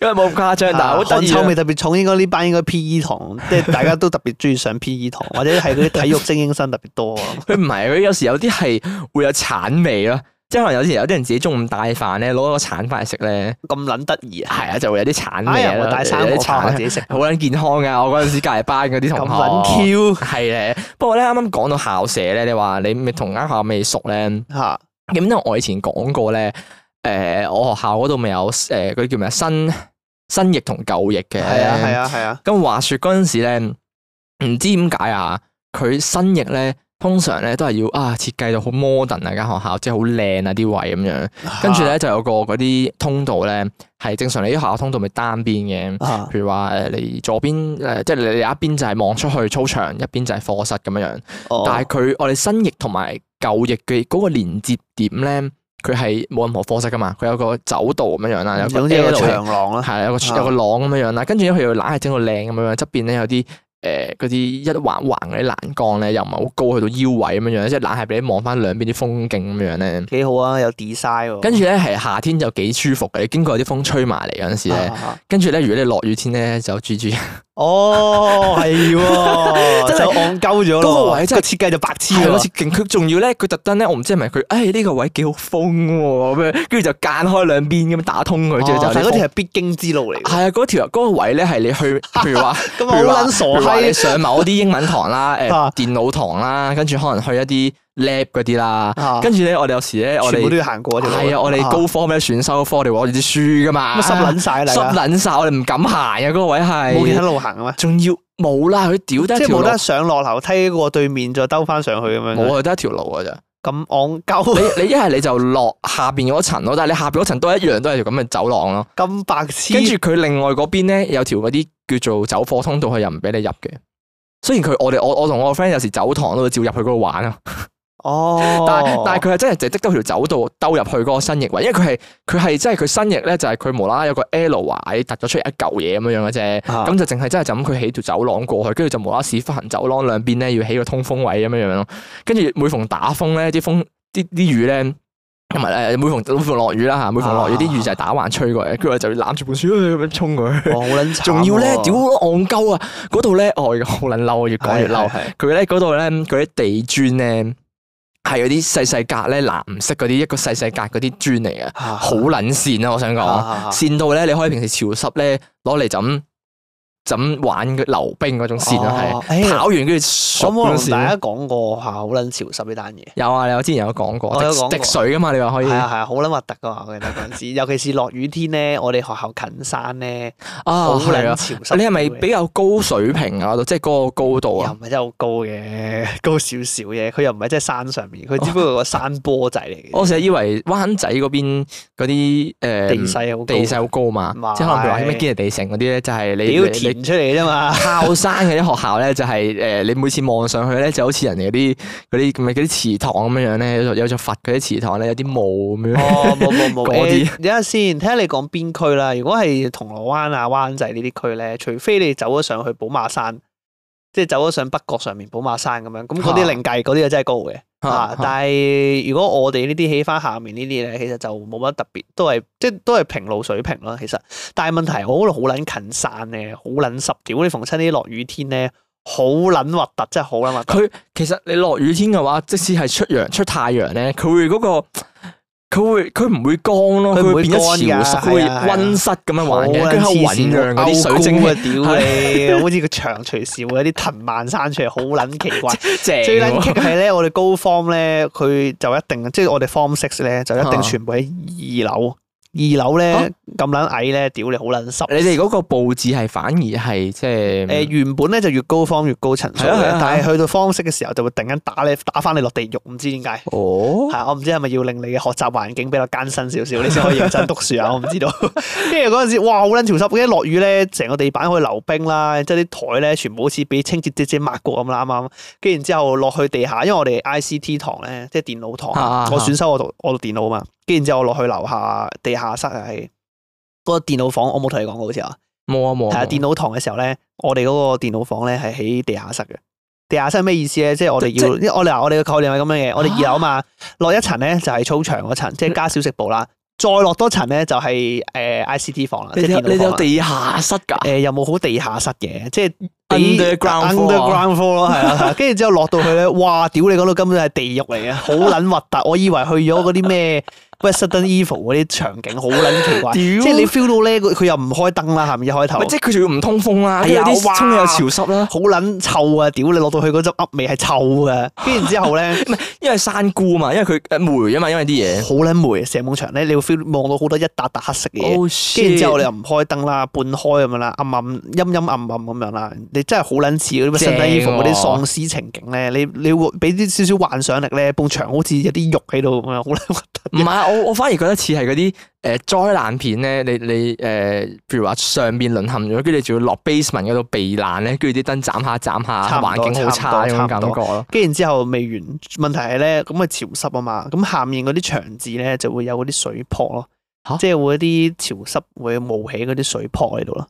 A: 因為冇咁誇 張，但係好得
B: 汗
A: 意
B: 臭
A: 啊。
B: 味特別重，應該呢班應該 P.E. 堂，即係大家都特別中意上 P.E. 堂，或者係嗰啲體育精英生特別多啊。
A: 佢唔係佢有時有啲係會有橙味咯，即係可能有時有啲人自己中午帶飯咧，攞個橙翻嚟食咧，
B: 咁撚得意啊！
A: 係啊，就會有啲橙
B: 哎
A: 味
B: 呀，
A: 啦，
B: 我帶生
A: 有
B: 果
A: 啲
B: 包
A: 橙
B: 自己食，
A: 好撚健康噶，我嗰陣時隔離班嗰啲
B: 咁
A: 同
B: 撚
A: 學
B: Q
A: 係咧。不過咧，啱啱講到校舍咧，你話你咪同間學校未熟咧，
B: 嚇
A: 咁因為我以前講過咧，誒、我學校嗰度咪有誒嗰啲叫咩啊新新翼同舊翼嘅，
B: 係啊係啊係啊，
A: 咁話說嗰陣時咧，唔知點解啊，佢新翼咧通常咧都係要啊設計到好 modern 啊間學校，即係好靚啊啲位咁樣。跟住咧就有個嗰啲通道咧，係正常你啲學校通道咪單邊嘅。
B: 啊
A: 譬如話誒，你左邊誒、即係你有一邊就係望出去操場，一邊就係課室咁樣樣。
B: 哦
A: 但係佢我哋新翼同埋舊翼嘅嗰個連接點咧，佢係冇任何課室噶嘛，佢有個走道咁樣樣啦，有個
B: 總之嗯有個啊
A: L 型
B: 長廊啦，
A: 係有個有個廊咁樣樣啦，跟住咧佢又懶係整到靚咁樣樣，側邊咧有啲誒嗰啲一橫橫嗰啲欄杆咧，又唔係好高，去到腰位咁樣樣，即係懶係俾你望翻兩邊啲風景咁樣咧。
B: 幾好啊，有 design 喎。
A: 跟住咧係夏天就幾舒服嘅，你經過啲風吹埋嚟嗰陣時咧
B: 啊，啊啊
A: 跟住咧如果你落雨天咧就住住，
B: 哦，係 喎，
A: 真係
B: 就戇鳩咗咯。
A: 嗰個位真係
B: 哦設計就啊白痴
A: 係好
B: 喎
A: 似。勁曲，仲要咧佢特登咧，我唔知係咪佢，誒呢個位幾好風喎咁樣，跟住就間開兩邊咁樣打通佢，之後
B: 哦
A: 就
B: 但係嗰條
A: 係
B: 係必經之路嚟嘅，
A: 係啊嗰條嗰個位咧係你 去，譬如話。
B: 咁
A: 譬如話
B: 啊好撚傻
A: 譬如話你
B: 閪
A: 上某啲英文堂 啦，誒
B: 啊
A: 電腦堂啦，跟住可能去一啲 lab 嗰啲啦，
B: 啊！
A: 跟住咧我哋有時咧我
B: 全部都
A: 哋
B: 要行過條路。
A: 係啊，我哋高科咩選修科，我哋攞住啲書噶嘛，
B: 咁啊濕撚晒啦，
A: 濕
B: 大家
A: 撚晒，我哋唔敢行啊嗰個位
B: 冇其他
A: 係，
B: 路行啊嘛，
A: 仲要冇啦，佢屌得
B: 即
A: 一
B: 係
A: 條
B: 冇
A: 路
B: 得，上落樓梯過對面再兜翻上去咁樣。
A: 冇啊，得一條路噶咋。
B: 咁戇鳩，
A: 你你一係你就落下邊嗰層咯，但係你下邊嗰層都一樣，都係條咁嘅走廊咯。
B: 咁白痴。
A: 跟住佢另外嗰邊咧有條嗰啲叫做走貨通道，佢又唔俾你入嘅。雖然佢我哋我我同我個 friend 有時走堂都會照入去嗰度玩啊。
B: 哦，
A: 但係但係佢係真係淨係得到條走道兜入去嗰個新翼位，因為佢係佢係真係佢新翼咧就係佢無啦啦有個 L 位突咗出嚟一嚿嘢咁樣樣嘅啫，
B: 啊
A: 咁就淨係真係就咁佢起條走廊過去，跟住就無啦啦屎忽行走廊兩邊咧要起個通風位咁樣樣咯，跟住每逢打風咧啲風啲啲雨咧。同埋誒，呃每逢每逢落雨啦嚇，每逢落雨
B: 啊
A: 啲雨就係打橫吹過嚟，跟住我就要攬住本書咁樣衝過去，
B: 哦好 撚慘喎
A: 仲要咧屌戇鳩啊！嗰度咧，我而家好撚嬲，越講越嬲。
B: 係係
A: 佢咧嗰度咧，佢啲地磚咧係嗰啲細細格咧藍色嗰啲一個細細格嗰啲磚嚟嘅，
B: 係
A: 好撚跣啊！我想
B: 啊
A: 講，
B: 啊啊
A: 跣到咧你可以平時潮濕咧攞嚟就咁就咁玩嘅溜冰嗰種線啊，係
B: 哦哎呀
A: 跑完跟住
B: 我
A: 熟
B: 冇
A: 嗰陣
B: 同大
A: 時
B: 家講過下好撚潮濕呢單嘢。
A: 有啊，你我之前有講
B: 我有講
A: 過
B: 過
A: 滴滴水噶嘛，你話可以
B: 係啊係啊，好撚核突噶嘛！我記得嗰陣時，尤其是落雨天咧，我哋學校近山咧，
A: 啊，
B: 好
A: 係
B: 撚
A: 啊。
B: 潮濕。
A: 你係咪比較高水平啊？即係嗰個高度
B: 又
A: 啊？
B: 唔係真係好高嘅， 高少少嘅。佢又唔係真係山上面， 佢只不過個山坡仔嚟嘅。
A: 我成日以為灣仔嗰邊嗰啲誒
B: 地勢好高，
A: 地勢好高嘛
B: 唔係，
A: 即係可能譬如話咩堅尼地城嗰啲咧，就係你
B: 屌
A: 你
B: 填出嚟嘅 啫嘛。
A: 靠山嘅啲學校咧，就係、誒、你每次望上去咧，就好似人哋嗰啲嗰啲咁嘅嗰啲祠堂咁樣樣咧，有有座佛嗰啲祠堂咧，有啲霧咁樣。
B: 哦，冇冇冇，
A: 嗰啲
B: 誒等下先，睇下你講邊區啦。如果係銅鑼灣啊、灣仔呢啲區咧，除非你走咗上去寶馬山，即係走咗上北角上面寶馬山咁樣，咁嗰啲
A: 啊
B: 另計，嗰啲就真係高嘅。 啊！
A: 啊
B: 但係如果我哋呢啲起翻下面呢啲咧，其實就冇乜特別，都係即係都係平路水平啦。其實，但係問題我嗰度好撚近山咧，好撚濕，屌你逢親啲落雨天咧，好撚核突，真係好撚核突。
A: 佢其實你落雨天嘅話，即使係出陽出太陽咧，佢會嗰、個。佢會佢唔會乾咯，
B: 佢唔
A: 佢
B: 會
A: 會變咗
B: 乾㗎
A: 潮濕，佢
B: 係
A: 會
B: 啊係啊
A: 温室咁樣玩嘅，
B: 好
A: 跟住喺
B: 撚
A: 度
B: 黐
A: 醖釀
B: 線
A: 嗰
B: 我
A: 啲水
B: 勾
A: 蒸
B: 啊！屌你，好似個長隨時會有啲藤蔓生出嚟，好撚奇怪。
A: 正
B: 最撚
A: 喎。
B: 棘係咧，我哋高 form 咧，佢就一定即係我哋 form six 咧，就一定
A: 啊
B: 全部喺二樓。二樓咧
A: 啊
B: 咁撚矮咧，屌你好撚濕。
A: 你哋嗰個佈置係反而係即係
B: 誒呃原本咧就越高方越高層數
A: 係啊係
B: 嘅
A: 啊，
B: 但係去到方式嘅時候就會突然間打你打翻你落地獄，唔知點解。啊
A: 哦，
B: 係我唔知係咪要令你嘅學習環境比較艱辛少少，你先可以認 真讀書啊！我唔知道。跟住嗰陣時，哇好撚潮濕，跟住落雨咧，成個地板可以溜冰啦，即係啲台咧全部好似俾清潔姐姐抹過咁啦，啱啱。跟住然之後落去地下，因為我哋 I C T 堂咧，即係電腦堂，
A: 啊啊啊
B: 我選修我讀我讀電腦嘛。跟住然之後我落去樓下地下室係嗰個電腦房，我冇同你講過好似啊。
A: 冇啊冇啊，
B: 係啊，電
A: 腦
B: 腦堂嘅時候咧，我哋嗰個電腦房咧係喺地下室嘅。地下室咩意思咧？即係我哋
A: 即
B: 要，因為我哋嗱我哋嘅概念係咁樣嘅。我哋二樓啊嘛，落一層咧就係操場嗰層，
A: 嗯
B: 即係加小食部啦。再落多層咧就係誒 I C T 房啦，
A: 你
B: 即係
A: 哋有你
B: 電腦
A: 哋有
B: 房啦。
A: 地下室㗎？
B: 誒又冇好地下室嘅，即係
A: Underground floor 啊
B: underground floor 咯，係啊係啊，跟住之後落到去咧， 哇！屌你嗰度根本係地獄 嚟嘅，好撚核突。我以為去咗嗰啲咩 Resident Evil 嗰啲場景，好撚奇
A: 屌
B: 怪。即係你 feel 到咧，佢佢又唔開燈啦，係咪一開頭
A: 咪？即係佢仲要唔通風啦，
B: 係啊
A: 跟住啲
B: 哇
A: 空氣又潮濕啦，
B: 好撚臭啊！屌你落到去嗰陣噏味係臭 嘅，跟住然之後咧
A: 因為山菇嘛，因為佢誒霉啊嘛，因為啲嘢。
B: 好撚霉，射網場咧你會 feel 望到好多一笪笪黑色嘅嘢，
A: Oh
B: 跟住
A: shit！
B: 然之後你又唔開燈啦，半開咁樣啦，暗暗陰陰暗暗咁樣啦，你真係好撚似嗰
A: 正
B: 啲身體衣服嗰啲
A: 喎
B: 喪屍情景咧，你你會俾啲少少幻想力咧，埲牆好似有啲肉喺度咁樣，好撚核 突。
A: 唔係，我我反而覺得似係嗰啲誒災難片咧，你你誒，呃譬如話上邊淪陷咗，跟住你仲要落 basement 嗰度避難咧，跟住啲燈斬下斬
B: 差
A: 下，
B: 唔多
A: 環境好差嗰種感覺咯。
B: 跟住然之後未完，問題係咧，咁啊潮濕啊嘛，咁下面嗰啲牆紙咧就會有嗰啲水泡咯，
A: 嚇
B: 即係會一啲潮濕會冒起嗰啲水泡喺度咯。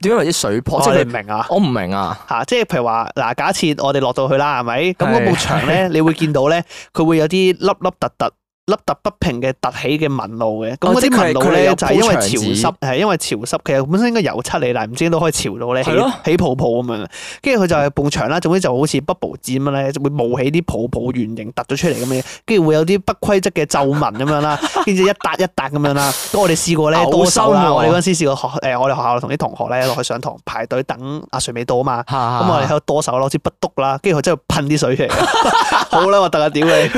A: 點解為啲水泡？
B: 我
A: 哦即係
B: 真係唔
A: 佢
B: 明啊！
A: 我唔明啊！
B: 嚇，即係譬如話嗱，假設我哋落到去啦，係咪？咁
A: 係
B: 嗰埲牆 咧，你會見到咧，佢會有啲凹凹凸凸、凹凸不平嘅凸起嘅紋路嘅。咁
A: 哦
B: 嗰
A: 即
B: 啲
A: 係佢
B: 紋
A: 係
B: 路
A: 佢係
B: 咧
A: 有
B: 就係因為
A: 鋪牆
B: 潮濕，係因為潮濕，其實本身應該油漆嚟，但係唔知點解可以潮到咧起
A: 係咯
B: 起泡泡咁樣。跟住佢就係埲牆啦，總之就好似 bubble 紙咁樣咧，就會冒起啲泡泡圓形突咗出嚟咁樣，跟住會有啲不規則嘅皺紋咁 樣啦，跟住一笪一笪咁樣啦。咁我哋試過咧
A: 嘔
B: 多手
A: 心
B: 啦，
A: 喎
B: 我哋嗰陣時試過學誒，我哋學校同啲同學咧落去上堂排隊等阿瑞美到啊嘛。
A: 嚇
B: 咁我哋喺度多手攞支筆篤啦，跟住佢真係噴啲水出嚟， 好啦，核突啊！屌你，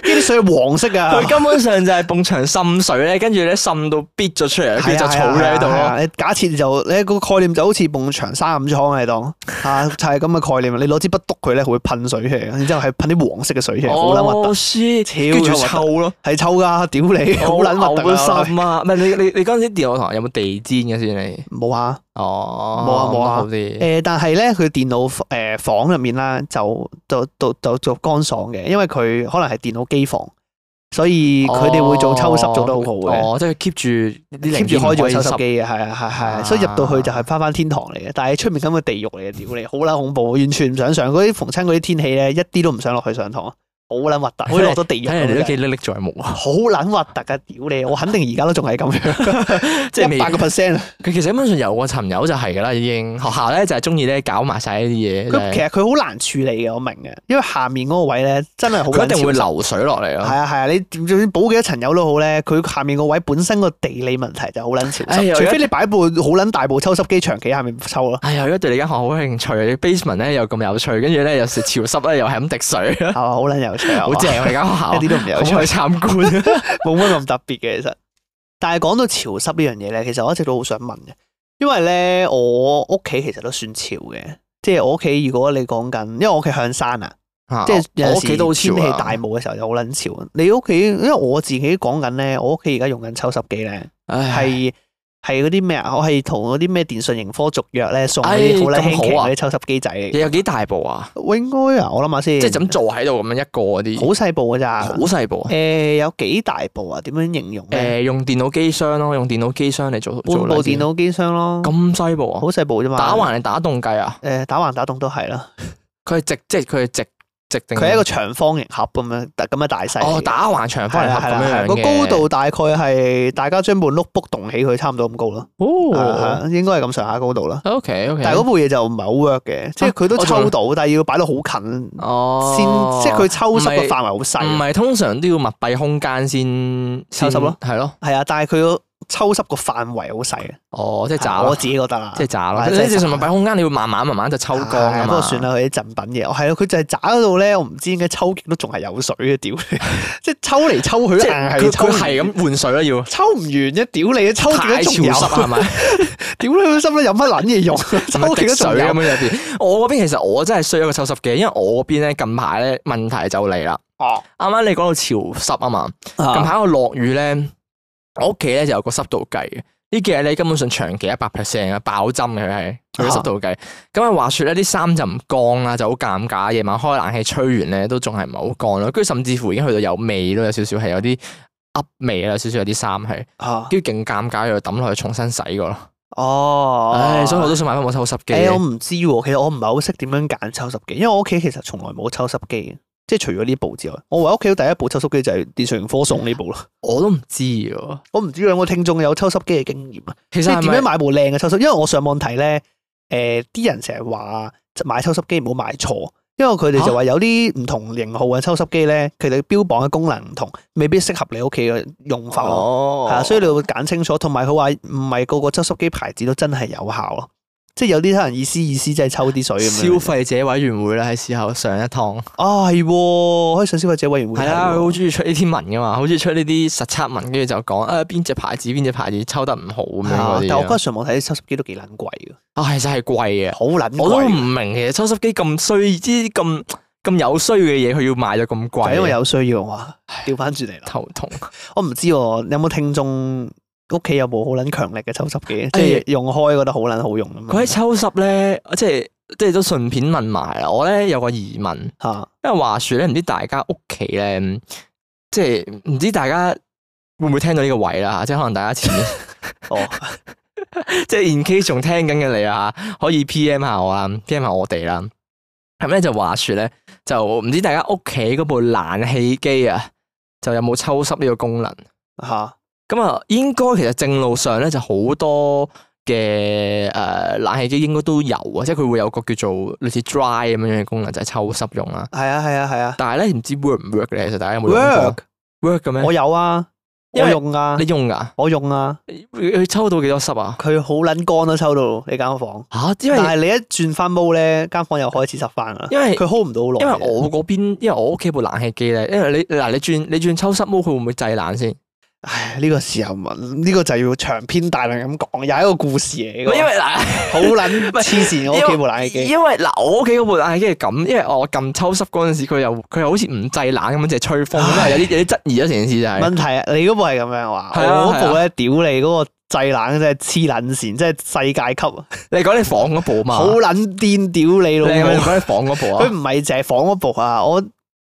B: 跟住啲水係黃色噶
A: 佢，根本上就係埲牆滲水咧，跟住咧滲到逼咗出嚟，跟住就儲咗喺度
B: 係啊。係
A: 咯。
B: 啊你假設就你個概念就好似埲牆沙咁倉喺度嚇，就係咁嘅概念。你攞支筆篤佢咧，佢會噴水出嚟，然之後係噴啲黃色嘅水出
A: 哦
B: 嚟，好撚核突，
A: shit！
B: 超
A: 跟住
B: 撚核
A: 臭
B: 突
A: 咯。
B: 係臭噶，屌你， 好撚核突
A: 哦好
B: 啊！
A: 心啊！唔係你你你嗰陣時電腦堂有冇地氈嘅先你？
B: 冇啊！
A: 哦，
B: 冇啊冇啊
A: 好啲。
B: 誒，但係咧，佢電腦誒、呃房入面啦，就就就就做乾爽嘅，因為佢可能係電腦機房，所以佢哋會做抽濕做得好好嘅
A: 哦，即係 keep 住啲
B: keep
A: 零
B: 住
A: 件
B: 開住
A: 可
B: 個
A: 以
B: 抽濕機嘅，係啊係啊係啊，所以入到去就係翻翻天堂嚟嘅，但係出面咁嘅地獄嚟嘅，屌你，好撚恐怖，完全唔想上嗰啲逢親嗰啲天氣咧，一啲都唔想落去上堂，好撚核突，好似落咗地
A: 睇
B: 獄
A: 嚟你都
B: 咁
A: 幾
B: 樣。
A: 歷歷在目啊！
B: 好撚核突噶，屌你！我肯定而家都仲係咁 樣，
A: 即係未
B: 一百個 percent 啊！
A: 佢其實基本上有個層友就係㗎啦，已經學校咧就係中意咧搞埋晒呢啲嘢。
B: 佢其實佢好難處理嘅，我明嘅，因為下面嗰個位咧真係好
A: 佢
B: 撚
A: 一定會
B: 潮濕
A: 流水落嚟
B: 係
A: 咯。
B: 啊係啊，你就算補幾多層油都好咧，佢下面個位本身個地理問題就好撚潮
A: 哎呀，
B: 濕，除非你擺部好撚大部抽濕機長期喺下面抽咯
A: 哎呀，如果對你間學校好興趣，你 basement 咧又咁有趣，跟住咧又時潮濕咧又係咁滴水，
B: 係嘛？好撚有趣啊，
A: 好正啊！你間
B: 哇，一
A: 學
B: 啲都唔有
A: 校，可唔可以
B: 趣，
A: 參觀？
B: 冇乜咁特別嘅其實。但係講到潮濕呢樣嘢咧，其實我一直都好想問嘅，因為咧我屋企其實都算潮嘅，即係我屋企如果你講緊，因為我屋企向山啊。即係有
A: 哦我屋
B: 陣
A: 企
B: 時
A: 都好
B: 天氣
A: 潮
B: 大
A: 啊！
B: 霧嘅時候就好撚潮。啊你屋企因為我自己講緊咧，我屋企而家用緊抽濕機咧，
A: 唉
B: 係係嗰啲咩啊？我係同嗰啲咩電訊盈科續約咧送嗰
A: 哎
B: 啲好撚輕
A: 咁
B: 奇
A: 好啊
B: 嗰啲抽濕機仔嚟嘅。
A: 你有幾大部啊？
B: 我應該啊，我諗下先，
A: 即係就咁坐喺度咁樣一個嗰啲，
B: 好細部㗎咋
A: 好？細部啊。
B: 誒有幾大部啊？點樣形容咧？
A: 誒，用電腦機箱咯，用電腦機箱嚟做
B: 半
A: 做
B: 部
A: 例
B: 電
A: 子
B: 腦機箱咯，
A: 咁細部啊
B: 好！細部啫嘛。
A: 打橫定打洞計啊？
B: 誒打橫打洞都係啦，
A: 佢係直，即係佢係直直定。
B: 佢係一個長方形盒咁樣，咁嘅大細嚟嘅。
A: 哦，打橫長方
B: 係
A: 形
B: 啦
A: 盒
B: 係啦
A: 咁
B: 係啦，
A: 樣樣
B: 個
A: 嘅
B: 高度大概係大家將部 notebook 棟起佢差唔多咁高咯。
A: 哦
B: 啊，應該係咁上下高度啦。
A: ，OK OK，
B: 但係嗰部嘢就唔係好 work 嘅，即係佢都
A: 啊我仲
B: 抽到，但係要擺到好近
A: 哦，
B: 先，即係佢抽
A: 唔
B: 濕
A: 係
B: 嘅範圍好
A: 唔
B: 細。
A: 係通常都要密閉空間先
B: 抽濕咯，
A: 係咯，
B: 係啊，但係佢個抽濕個範圍好細嘅，
A: 哦，即係
B: 係
A: 炸
B: 啊我
A: 咯，
B: 自己覺得啦，
A: 即係炸咯，
B: 係
A: 即
B: 真
A: 係
B: 係
A: 正常密
B: 炸
A: 閉空間，你要慢慢慢慢就抽乾
B: 係
A: 啊
B: 啊不
A: 嘛。
B: 過算啦，佢啲贈品嘢，哦係啊，佢就係渣嗰度咧，我唔知點解抽極都仲係有水嘅，屌 你！即係抽嚟抽去，
A: 即
B: 硬
A: 係
B: 係
A: 佢
B: 抽
A: 佢
B: 唔
A: 係咁換水啦，啊要
B: 抽唔完啫，屌你！抽極
A: 太
B: 都
A: 潮
B: 仲有，
A: 濕啊啦係咪？
B: 屌你個心咧，有乜 撚嘢用？抽
A: 唔係
B: 極
A: 滴
B: 都
A: 水
B: 仲有
A: 咁樣，入邊。我嗰邊其實我真係需要一個抽濕機，因為我嗰邊咧近排咧問題就嚟啦。
B: 哦，
A: 啱啱你講到潮濕啊嘛，近排我落雨咧，我屋企咧就有個濕度計嘅。呢幾日咧根本上長期一百 percent 啊，爆針嘅佢係佢嘅濕度計。咁啊，話説咧啲衫就唔乾啊啦，就好尷尬。夜晚開冷氣吹完咧，都仲係唔係好乾咯。跟住甚至乎已經去到有味咯，有少少係有啲噏味啦，有少少有啲衫係，
B: 啊
A: 跟住勁尷尬，又抌落去重新洗過咯。
B: 哦，
A: 唉，所以我都想買翻部抽濕機。
B: 誒、我唔知喎，其實我唔係好識點樣揀抽濕機，因為我屋企其實從來冇抽濕機嘅，即係除咗呢部之外，我唯一屋企第一部抽濕機就係電訊盈科送呢部咯。
A: 我都唔知喎。
B: 我唔知有冇聽眾有抽濕機嘅經驗啊，
A: 其
B: 即
A: 實
B: 係
A: 係
B: 點
A: 咪
B: 樣買部靚嘅抽濕？因為我上網睇咧，誒、啲人成日話買抽濕機唔好買錯。因為佢哋就話有啲唔同型號嘅抽濕機咧，佢哋標榜嘅功能唔同，未必適合你屋企嘅用法咯。
A: 哦
B: 係啊，所以你會揀清楚，同埋佢話唔係個個抽濕機牌子都真係有效咯，即係有啲可能意思意思，即係抽啲水咁
A: 消
B: 樣。
A: 費者委員會啦，喺事後上一趟。
B: 啊，係喎，可以上消費者委員會
A: 係
B: 睇
A: 啦，佢
B: 喎。
A: 好中意出呢啲啊文噶嘛，好中意出呢啲實測文，跟住就講啊邊只牌子邊只牌子抽得唔好咁樣
B: 係啊
A: 嗰
B: 但我嗰
A: 啲
B: 日上網睇啲抽濕機都幾撚貴嘅，
A: 啊，其實係貴嘅，
B: 好撚
A: 我都唔
B: 貴。
A: 明其實抽濕機咁衰，啲咁咁有需要嘅嘢，佢要賣到咁
B: 就
A: 貴，
B: 因為有需要啊嘛，調翻轉嚟啦。
A: 頭痛。
B: 我唔知喎，有冇聽眾屋企有部好撚強力嘅抽濕機，即
A: 哎
B: 係用開覺得好撚好用啊咁
A: 佢喺
B: 樣。
A: 抽濕咧，即係即係都順便問埋啦。啊我咧有個疑問，
B: 嚇
A: 因為話説咧，唔知大家屋企咧，即係唔知大家會唔會聽到呢個位啦？即係可能大家前面。
B: 哦，
A: 即係 in case 仲聽緊嘅你啊，可以 P.M 下我啦，P.M 下我哋啦。咁咧就話説咧，就唔知大家屋企嗰部冷氣機啊，就有冇抽濕呢個功能？
B: 嚇
A: 咁啊，應該其實正路上咧就好多嘅誒、呃冷氣機應該都有啊，即係佢會有個叫做類似 dry 咁樣嘅功能，就係、抽濕用啦。
B: 係啊係啊係啊
A: 但係咧唔知 work 唔 work 咧？其實大家有冇用過
B: ，work
A: work 嘅咩？
B: 我有啊，
A: 因
B: 我
A: 為
B: 用啊
A: 你，用㗎？
B: 我用啊。
A: 佢抽到幾多濕啊？
B: 佢好撚乾都抽到你間房，
A: 嚇、因為
B: 但係你一轉翻毛咧，間房又開始濕翻啦。
A: 因為
B: 佢 hold 唔到
A: 因為
B: 好耐嘅。啊
A: 我嗰邊，因為我屋企部冷氣機咧，因為你嗱你轉你轉抽濕毛，佢會唔會製冷先？
B: 唉，呢個時候問呢個就要長篇大論咁講，又係一個故事嚟嘅。
A: 因為嗱，
B: 好撚黐線，我屋企部冷氣機。
A: 因為嗱我屋企嗰部冷氣機係咁，因為我撳抽濕嗰陣時，佢又佢又好似唔製冷咁樣，淨係吹風，咁啊有啲有啲質疑咗成件事就係。
B: 問題啊，你嗰部係咁樣話，
A: 係啊
B: 我嗰部咧屌你嗰個製冷真係黐撚線，真係世界 級，
A: 你講你房嗰部嘛？
B: 好撚癲屌你
A: 你
B: 老
A: 係咪
B: 母！
A: 講你房嗰部
B: 佢
A: 啊？
B: 唔係淨係房嗰部啊，我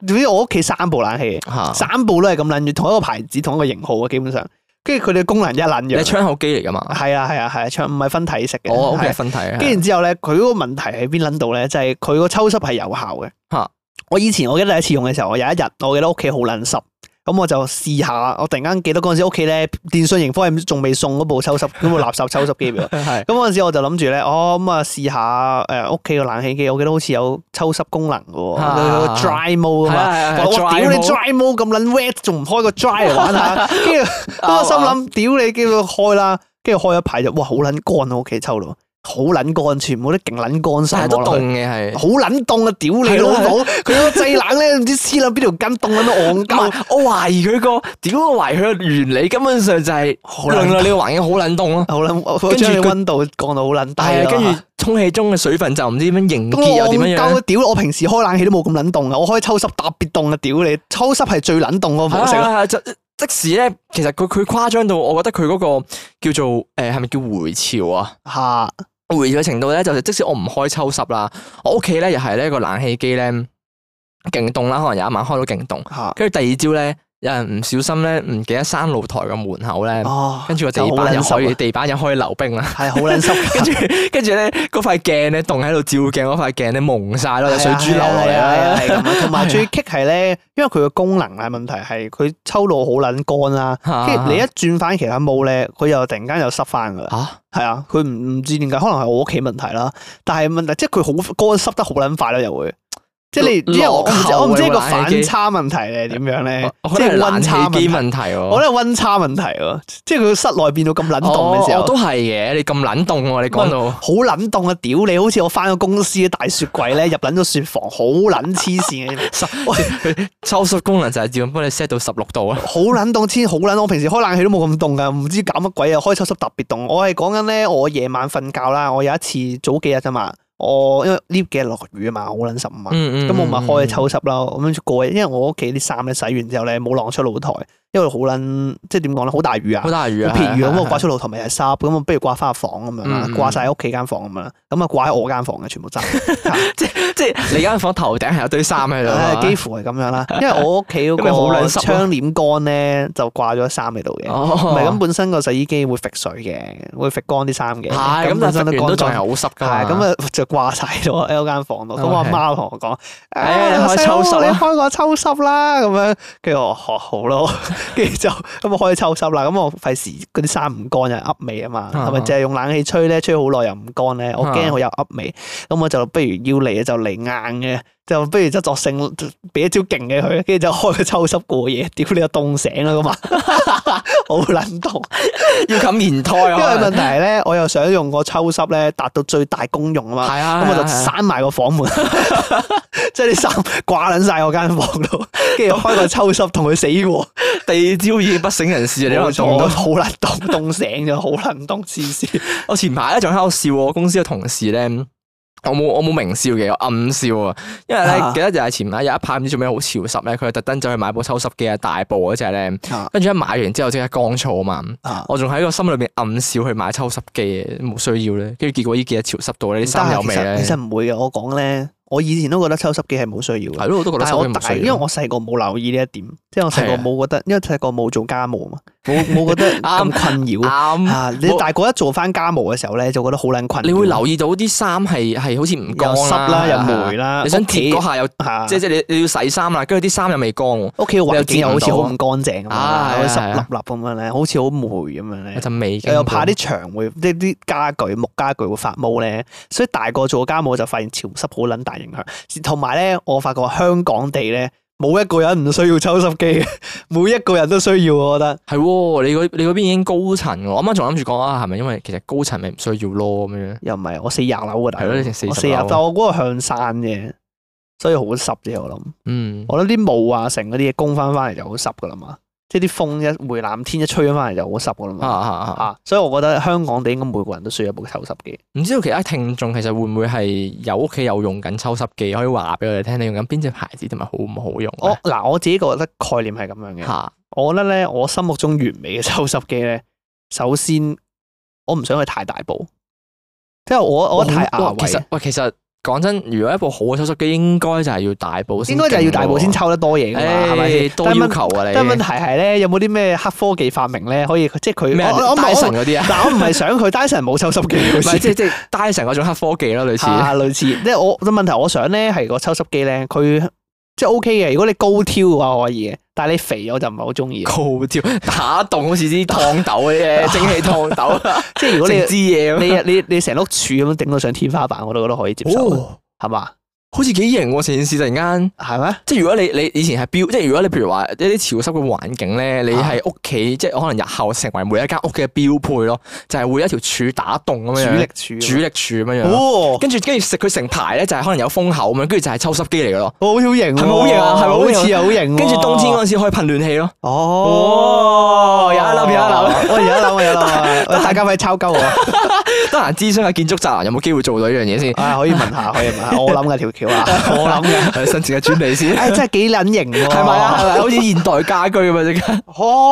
B: 總之我屋企三部冷氣，
A: 嚇！
B: 三部都係咁撚住，同一個牌子，同一個型號啊，基本上，跟住佢哋功能一撚
A: 你係哦
B: 樣。
A: 窗口機嚟㗎嘛？
B: 係啊係啊係啊，唱啊唔係分體式嘅。
A: 我屋企
B: 係
A: 係
B: 啊
A: 分體嘅。
B: 跟住之後咧，佢嗰個問題喺邊撚度咧？就係佢個抽濕係有效嘅
A: 嚇，
B: 我以前我記得第一次用嘅時候，我有一日我記得屋企好撚濕，咁我就試下，我突然間記得嗰陣時屋企咧電訊盈科係仲未送嗰部抽濕嗰部垃圾抽濕機 俾我。
A: 係啊
B: 咁嗰陣時我就諗住咧，哦咁啊試下誒屋企個冷氣機，我記得好似有抽濕功能嘅喎，
A: 啊
B: 佢有個 dry mode 啊嘛。
A: 係
B: 我我屌你
A: dry
B: dry mode 咁撚 wet，仲唔開個 dry 嚟 玩下？跟
A: 啊
B: 住我啊心諗，屌你叫佢開啦，跟住開一排就哇好撚乾啊！屋企抽到好撚乾，全部都勁撚乾
A: 但
B: 晒
A: 係都
B: 望落
A: 凍
B: 去。
A: 嘅係。
B: 好撚凍啊！屌你
A: 係
B: 老
A: 咯
B: 母，佢個製冷咧，唔知黐撚邊條筋凍撚到戇
A: 唔
B: 鳩。
A: 係，我懷疑佢個屌，我懷疑佢個原理根本上就係
B: 好
A: 令
B: 撚
A: 到你個環境好冷凍啊咯。
B: 好撚，我我
A: 跟住
B: 將你
A: 佢
B: 温度降到好撚低
A: 係
B: 啦
A: 啊，跟住空氣中嘅水分就唔知點樣凝結又
B: 咁
A: 點樣樣
B: 戇鳩
A: 咧。
B: 屌！我平時開冷氣都冇咁撚凍啊，我開抽濕特別凍啊！屌你，抽濕係最撚凍嗰個模式
A: 係
B: 啦。
A: 啊係啊就即使咧，其實佢佢誇張到，我覺得佢嗰個叫做誒係咪叫回潮啊？
B: 嚇
A: 回潮嘅程度咧，就係即使我唔開抽濕啦，我屋企咧又係咧個冷氣機咧勁凍啦，可能有一晚開到勁凍，
B: 嚇
A: 跟住第二朝咧有人唔小心咧唔記得閂露台嘅門口咧，
B: 哦，
A: 跟住個
B: 就
A: 地
B: 好
A: 板
B: 撚
A: 又可
B: 濕
A: 以
B: 啊
A: 地板又可以溜冰啦。
B: 係好撚 濕㗎。
A: 跟住跟住咧，嗰塊鏡咧凍喺度照鏡，嗰塊鏡咧蒙晒咯，有水珠流落嚟
B: 係啊係啊
A: 啦。
B: 係咁啊！同埋最棘係咧，因為佢嘅功能係問題係佢抽到好撚乾啦，
A: 嚇
B: 跟住你一轉翻其他毛咧，佢又突然間又濕翻㗎啦。
A: 嚇
B: 係啊，佢唔唔知點解，可能係我屋企問題啦。但係問題即係佢好乾濕得好撚快啦，又會即係你，因為我唔知
A: 落後
B: 我唔知
A: 啊
B: 個
A: 個冷氣
B: 反
A: 機
B: 差問題係點樣咧
A: 我，
B: 即
A: 覺
B: 係
A: 得係
B: 温
A: 冷
B: 差
A: 氣機
B: 問題。啊
A: 問題喎。
B: 我覺得係温差問題喎，即係佢室內變到咁撚凍嘅時
A: 哦
B: 候
A: 我。都係嘅。你咁撚凍喎，你講到
B: 好撚凍啊！屌你，好似我翻咗公司嘅大雪櫃咧，入撚咗雪房，好撚黐線嘅，
A: 抽濕功能就係自動幫你 set 到十六度啊。
B: 好撚凍天，好撚凍。我平時開冷氣都冇咁凍噶，唔知搞乜鬼啊！開抽濕特別凍。我係講緊咧，我夜晚瞓覺啦，我有一次早幾日啫嘛，我因為呢幾日落雨啊嘛，好撚濕啊嘛，
A: 嗯嗯。
B: 咁我咪開抽濕啦，咁樣過夜。因為我屋企啲衫咧洗完之後咧冇晾出露台，因為好撚即係點講咧，好大雨啊
A: 好。大雨
B: 好
A: 啊！
B: 撇雨咁，我掛
A: 出
B: 出露台咪係濕，咁我不如掛翻入房咁樣啦，
A: 嗯嗯
B: 掛晒喺屋企間房咁樣啦，咁啊掛喺我間房嘅全部 衫，
A: 即係你間房頭頂係有堆衫喺度
B: 唉
A: 啊。
B: 幾乎 係咁 樣啦，因為我屋企嗰
A: 因為好
B: 個
A: 撚濕啊
B: 窗簾杆咧就掛咗衫喺度嘅，
A: 哦，
B: 唔
A: 唔
B: 係咁本身個洗衣機會揈水嘅，會揈乾啲衫嘅，
A: 係咁，但
B: 本身
A: 係完都仲係
B: 乾
A: 好濕㗎嘛。
B: 係咁啊， 就掛晒咗喺我間房度。咁我阿
A: OK
B: 媽同我講：，
A: 唉
B: 誒，
A: 哎你開
B: 細佬
A: 抽濕啦
B: 你開個抽濕啦。咁樣，跟住我學好 咯。跟住就咁我開抽濕啦。咁我費事嗰啲衫唔乾又噏味啊嘛，
A: 啊
B: 係咪？淨係用冷氣吹咧，吹好耐又唔乾咧，我驚
A: 啊
B: 佢又噏味。咁我就不如要嚟啊就嚟硬嘅，就不如即係作性俾一招勁嘅佢，跟住就開個抽濕過夜。屌你又凍醒啦咁啊！ 好撚凍。
A: 要冚棉胎
B: 因為
A: 啊。
B: 問題係咧，我又想用個抽濕咧達到最大功用啊嘛。
A: 係啊，
B: 咁我就
A: 係啊係啊
B: 閂埋個 房門，即係啲衫掛撚晒我間房度，跟住開個抽濕同佢死過，
A: 第二朝已經不省人事啊！你可能
B: 凍
A: 仲
B: 到
A: 到。
B: 好撚凍，凍醒咗，好撚凍 黐線。
A: 我前排咧仲喺度笑我公司嘅同事咧，我冇我冇明笑嘅，我暗笑啊，因為咧
B: 啊
A: 記得就係前排有一排唔知做咩好潮濕咧，佢特登走去買部抽濕機啊，大部嗰只咧，跟住一買完之後即刻乾燥啊嘛，
B: 啊
A: 我仲喺個心裏邊暗笑去買抽濕機，冇需要咧，跟住結果呢幾日潮濕到咧，啲
B: 但
A: 衫啊
B: 係
A: 有
B: 啊其
A: 味
B: 實
A: 咧
B: 其，實唔會嘅，我講咧，我以前都覺得抽濕機係冇需要
A: 係
B: 嘅。
A: 咯，我都覺得
B: 但係
A: 手
B: 我
A: 機唔
B: 大，
A: 需
B: 因為
A: 要。
B: 我細個冇留意呢一點，即係我細個
A: 係啊
B: 冇覺得，因為細個冇做 家務啊嘛，冇冇覺得咁
A: 啱
B: 困擾啊。
A: 啱，
B: 啊你
A: 冇
B: 大個一做翻家務嘅時候咧，就覺得好撚困擾。
A: 你會留意到啲衫係係好似唔乾
B: 又濕啦，又霉
A: 霉，
B: 啦，
A: 你想
B: 屋企
A: 貼
B: 啊
A: 嗰下又
B: 嚇
A: 即即你你要洗衫啦，跟住啲衫又未乾喎，
B: 屋企嘅環境又好似好唔乾淨咁樣啦，
A: 啊
B: 好似
A: 係
B: 濕
A: 啊
B: 立立咁樣咧，好似好霉咁樣
A: 有
B: 咧。
A: 陣味。
B: 又怕啲牆會，即係啲家具木家具會發毛咧，所以大個做家務就發現潮濕好撚大影響。同埋咧，我發覺香港地咧冇一個人唔需要抽濕機 嘅，每一個人都需要，我覺得。
A: 係喎，你嗰你嗰邊已經高層喎，我啱啱仲諗住講啊，係咪因為其實高層咪唔需要咯咁樣？
B: 又唔係我四廿樓嘅，大佬
A: 係咯你成40
B: 哦我四廿，
A: 樓
B: 但我嗰個向山嘅，所以好濕啫。我諗，
A: 嗯，
B: 我諗啲霧啊，成嗰啲嘢供翻翻嚟就好濕噶啦嘛，即係啲風一回南天一吹翻翻嚟就好濕噶啦嘛
A: 啊。啊啊！
B: 啊，所以我覺得香港地應該每個人都需要一部抽濕機。
A: 唔知道其他聽眾其實會唔會係有屋企有用緊抽濕機，可以話俾我哋聽你用緊邊隻牌子同埋好唔好用
B: 我
A: 咧？
B: 嗱我自己覺得概念係咁樣嘅，
A: 嚇
B: 我覺得咧我心目中完美嘅抽濕機咧，首先我唔想佢太大部，即係我我覺得太牙
A: 哇其
B: 位啊
A: 實，喂，其實講真，如果一部好嘅抽濕機，應該就係要大部先
B: 應
A: 勁喎，
B: 該就係要大部先抽得多嘢㗎嘛，係咪先
A: 誒，？多要求啊
B: 但
A: 你。
B: 係問題係咧，有冇啲咩黑科技發明咧可以即係佢
A: 咩啊
B: 我我我
A: ？Dyson
B: 我
A: 嗰啲啊？
B: 嗱我唔係想佢 Dyson 冇抽濕機好
A: 唔係
B: 似。
A: 即係即係 Dyson 嗰種黑科技啦，類似。
B: 啊，類似，即係我個問題，我想咧係個抽濕機咧，佢即係 OK 嘅。如果你高挑嘅話可以嘅，但係你肥我就唔係好中 意。
A: 高跳打洞好似啲燙豆嘅 啫，蒸汽燙豆，
B: 即係如果
A: 成支
B: 你
A: 嘢咁。
B: 你你你成碌柱咁樣頂到上天花板，我都覺得可以接受，
A: 哦，
B: 係嘛？
A: 好似幾型喎！成件事突然間。
B: 係咩？
A: 即係如果你你以前係標，即係如果你譬如話一啲潮濕嘅環境咧，你
B: 啊
A: 係屋企即係可能日後成為每一間屋嘅標配咯，就係、會一條柱打洞咁樣樣，
B: 主力柱。
A: 主力柱咁樣樣咯，
B: 哦，
A: 跟住跟住食佢成排咧就係、可能有風口咁樣，跟住就係抽濕機嚟嘅咯，
B: 我好似好型喎，
A: 係咪好型啊係咪好
B: 哦好
A: 型啊
B: 似又好型喎。
A: 跟住冬天嗰陣時可以噴暖氣咯。
B: 哦，
A: 哦有得諗有得諗
B: 我有得諗，我有得 諗，喂大家快抄鳩我啊！
A: 得閒諮詢下建築宅男有冇機會做到呢樣嘢先，
B: 啊，可以問下，可以問下，我諗嘅條 橋啊，我諗嘅，哦
A: 係申請嘅專利 先，
B: 誒，真係幾撚型喎，
A: 係咪啊？係咪好似現代家居咁啊？即刻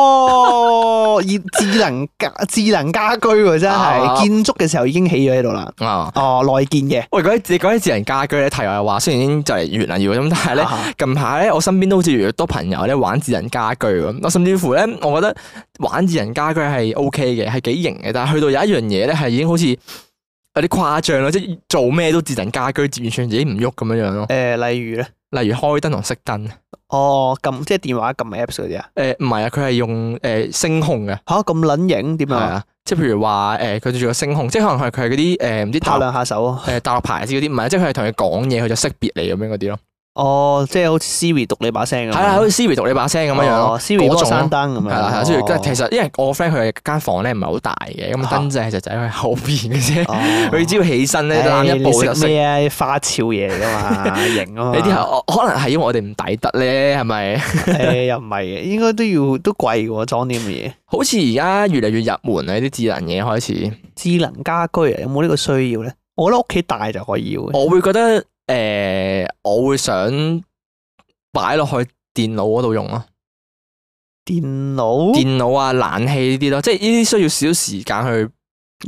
B: 哦，以智能家 智能家居喎，真
A: 啊
B: 係建築嘅時候已經起咗喺度啦。
A: 啊！
B: 哦，內建嘅，
A: 喂，講起你講起智能家居咧，題外話，雖然已經就嚟越嚟越咁，但係咧。
B: 啊
A: 近排咧，我身邊都好似越嚟越多朋友咧玩智能家居咁。我甚至乎咧，我覺得玩智能家居係 O K 嘅，係幾型嘅。但係去到有一樣嘢咧，係已經好似有啲誇張咯，即係做咩都智能家居，完全自己唔喐咁樣樣咯。
B: 誒，呃例如咧，
A: 例如開燈同熄燈，誒、
B: 哦，撳即係電話撳 Apps 嗰啲啊，
A: 唔係啊，佢係用誒、呃聲控嘅，
B: 嚇咁撚型點
A: 係
B: 啊？
A: 啊，即係譬如話誒，佢對住個聲控，即係可能係佢係嗰啲誒唔知
B: 拍
A: 大陸
B: 兩下手啊！
A: 誒大陸牌子嗰啲，唔係，即係佢係同你講嘢，佢就識別你咁樣嗰啲咯。
B: 哦，即係好似 Siri 讀你把聲咁。
A: 係啊啦，好似 Siri 讀你把聲咁樣樣咯
B: 嗯哦，Siri 幫
A: 嗰
B: 我
A: 種咯
B: 閂燈咁樣。
A: 係啦，係啦，所以跟
B: 哦
A: 其實因為我 friend 佢間房咧唔係好大嘅，咁
B: 嚇
A: 燈掣其實就喺佢後邊嘅啫。
B: 哦
A: 佢只要起身咧，攬
B: 唉
A: 一步就
B: 你食
A: 熄。
B: 咩啊？花俏嘢嚟噶 嘛，型啊嘛。
A: 呢啲係我可能係因為我哋唔抵得咧，係咪？
B: 誒又唔係嘅，應該都要都貴嘅喎，裝啲咁嘅嘢。
A: 好似而家越嚟越入門啦，啊呢啲智能嘢開始，
B: 智能家居啊，有冇呢個需要咧？我覺得屋企大就可以嘅。
A: 我會覺得誒，我會想擺落去電腦嗰度用咯，
B: 電腦
A: 電腦啊、冷氣呢啲咯，即係呢啲需要少少時間去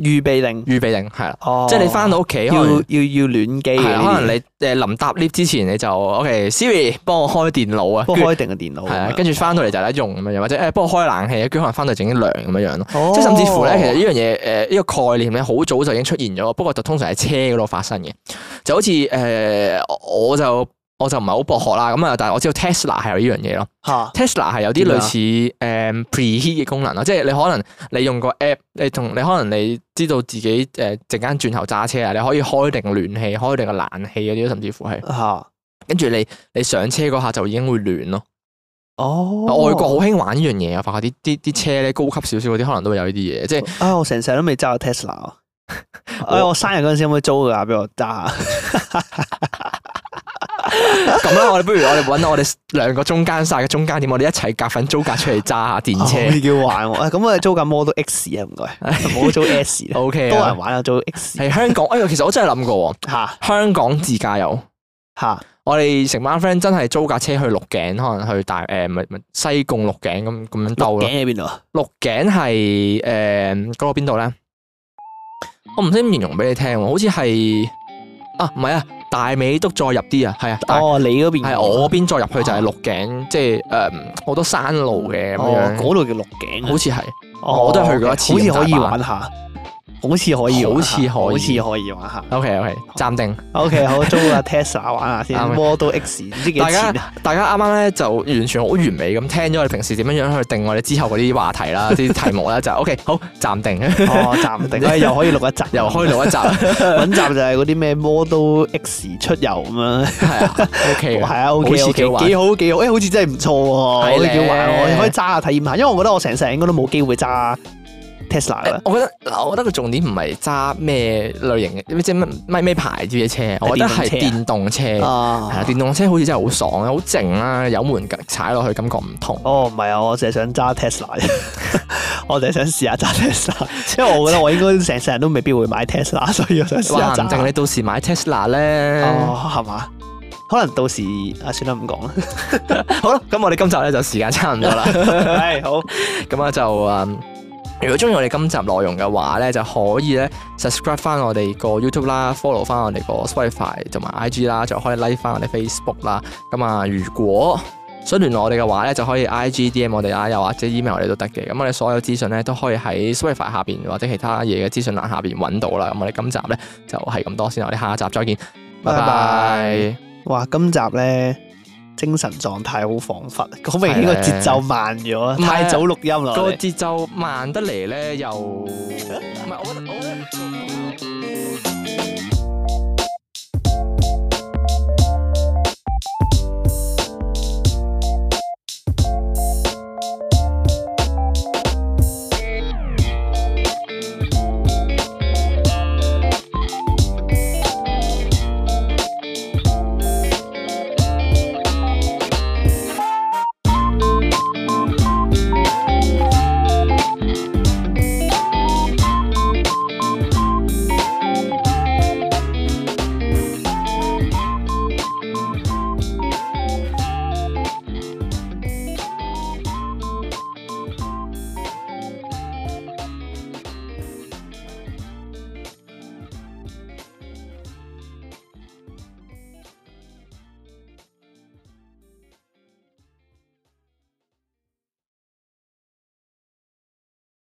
B: 預備令，
A: 預備定，係啦。
B: 哦
A: 即係你翻到屋企，
B: 要
A: 可
B: 要
A: 能
B: 要暖機嘅
A: 係
B: 呢
A: 啦
B: 啲，
A: 可能你誒臨搭 lift 之前你就 OK Siri 幫我開電腦啊，
B: 不
A: 跟住
B: 過開定個電腦。
A: 係啊，跟住翻到嚟就係得用咁樣樣，或者誒幫我開冷氣，啊跟住可能翻到整啲涼咁樣樣咯。
B: 住
A: 即係甚至乎咧，其實呢樣嘢誒呃呢個概念咧，好早就已經出現咗，不過就通常喺車嗰度發生嘅，就好似誒、呃我就我就唔係好博學啦，咁啊，但係我知道 Tesla 係有呢樣嘢咯
B: 嚇
A: ，Tesla 係有啲類似誒 preheat 嘅功能咯，啊即係你可能你用個 app，你同你可能你知道自己誒陣間轉頭揸車啊，你可以開定暖氣，開定個冷氣嗰啲，甚至乎係
B: 嚇
A: 跟住你你上車嗰下就已經會暖咯。
B: 哦，
A: 外國好興玩呢樣嘢啊！發覺啲啲啲車咧高級少少嗰啲，可能都會有呢啲嘢，即係
B: 啊！我成世都未揸過 Tesla 啊。哎，我生日嗰陣時可唔可以租㗎俾我揸啊？
A: 咁啊啦。我哋不如我哋揾我哋兩個中間晒嘅中間點，我哋一齊夾份租架出嚟揸下電車。
B: 可以叫玩喎。哎咁我哋租架 Model X 啊，唔 該，唔好租 S 啦。
A: O K
B: 多人
A: 啊，
B: 玩啊，租 X
A: 係香港。哎呀，其實我真係諗過
B: 嚇
A: 喎，香港自駕遊，
B: 嚇
A: 我哋成班 friend 真係租架車去鹿頸，可能去大誒唔係唔係西貢鹿頸咁咁樣兜
B: 鹿
A: 咯
B: 頸。喺邊度啊？
A: 鹿頸係誒嗰個邊度咧？我唔識點形容俾你聽喎，好似係啊，唔係啊，大美督再入啲啊，係啊，大
B: 哦，你嗰邊啊
A: 係我嗰邊再入去就係鹿頸，即係誒好多山路嘅咁
B: 哦，
A: 樣，
B: 嗰度叫鹿頸啊。
A: 好似係
B: 哦
A: 我都係去過一次
B: 好似
A: 咁
B: 可以
A: 大阪
B: 玩下，好似可以玩下，
A: 好似可以
B: 好似可以玩下。
A: OK OK，暫定。
B: OK，好，租架 Tesla 玩下先
A: 啱啊
B: ，Model X 唔知幾多
A: 大家
B: 錢啊？
A: 大家啱啱咧就完全好完美咁聽咗我哋平時點樣樣去定我哋之後嗰啲話題啦、啲題目啦，就 OK 好暫定，
B: 哦，暫定， 哎又可以錄一集，
A: 又開到一集，
B: 揾集就係嗰啲咩 Model X 出遊咁樣，
A: 係啊 OK 嘅
B: 係啊
A: 好
B: ，OK
A: 似
B: OK，
A: 幾好玩
B: 幾好幾好，誒，好似真係唔錯
A: 係
B: 喎，可以
A: 咧
B: 幾好玩喎，你可以揸下體驗下，因為我覺得我成世人應該都冇機會揸 Tesla
A: 誒，
B: 啦
A: 我覺得嗱，我覺得個重點唔係揸咩類型嘅，即係咩咩牌子嘅車，我覺得係電動車。係啊，
B: 啊，
A: 電動車好似真係好爽啊，好靜啦，油門踩落去感覺唔同。
B: 哦，唔係啊，我淨係想揸 Tesla 啫，我淨係想試下揸 Tesla，因為我覺得我應該成世人都未必會買 Tesla，所以我想試下
A: 話唔定
B: 揸。
A: 你到時買 Tesla 咧。
B: 哦，係嘛？可能到時啊，算啦，唔 講啦。
A: 好啦，咁我哋今集咧就時間差唔多啦，
B: 係好，
A: 咁啊就嗯如果中意我哋今集內容嘅話咧，就可以咧 subscribe 翻我哋個 YouTube 啦，follow 翻我哋個 Spotify 同埋 IG 啦，就可以 like 翻我哋 Facebook 啦。咁啊，如果想聯絡我哋嘅話咧，就可以 IG DM 我哋啦，又或者 email 我哋都得嘅。咁我哋所有資訊咧都可以喺 Spotify 下邊或者其他嘢嘅資訊欄下邊揾到啦。咁我哋今集咧就係咁多先啦，我哋下一集再見，拜
B: 拜
A: 拜
B: 拜。哇，今集咧精神狀態好恍惚，好明顯
A: 啊
B: 個節奏慢咗，太早錄音啦。我
A: 個
B: 哋
A: 節奏慢得嚟咧，又唔係我覺得我覺得。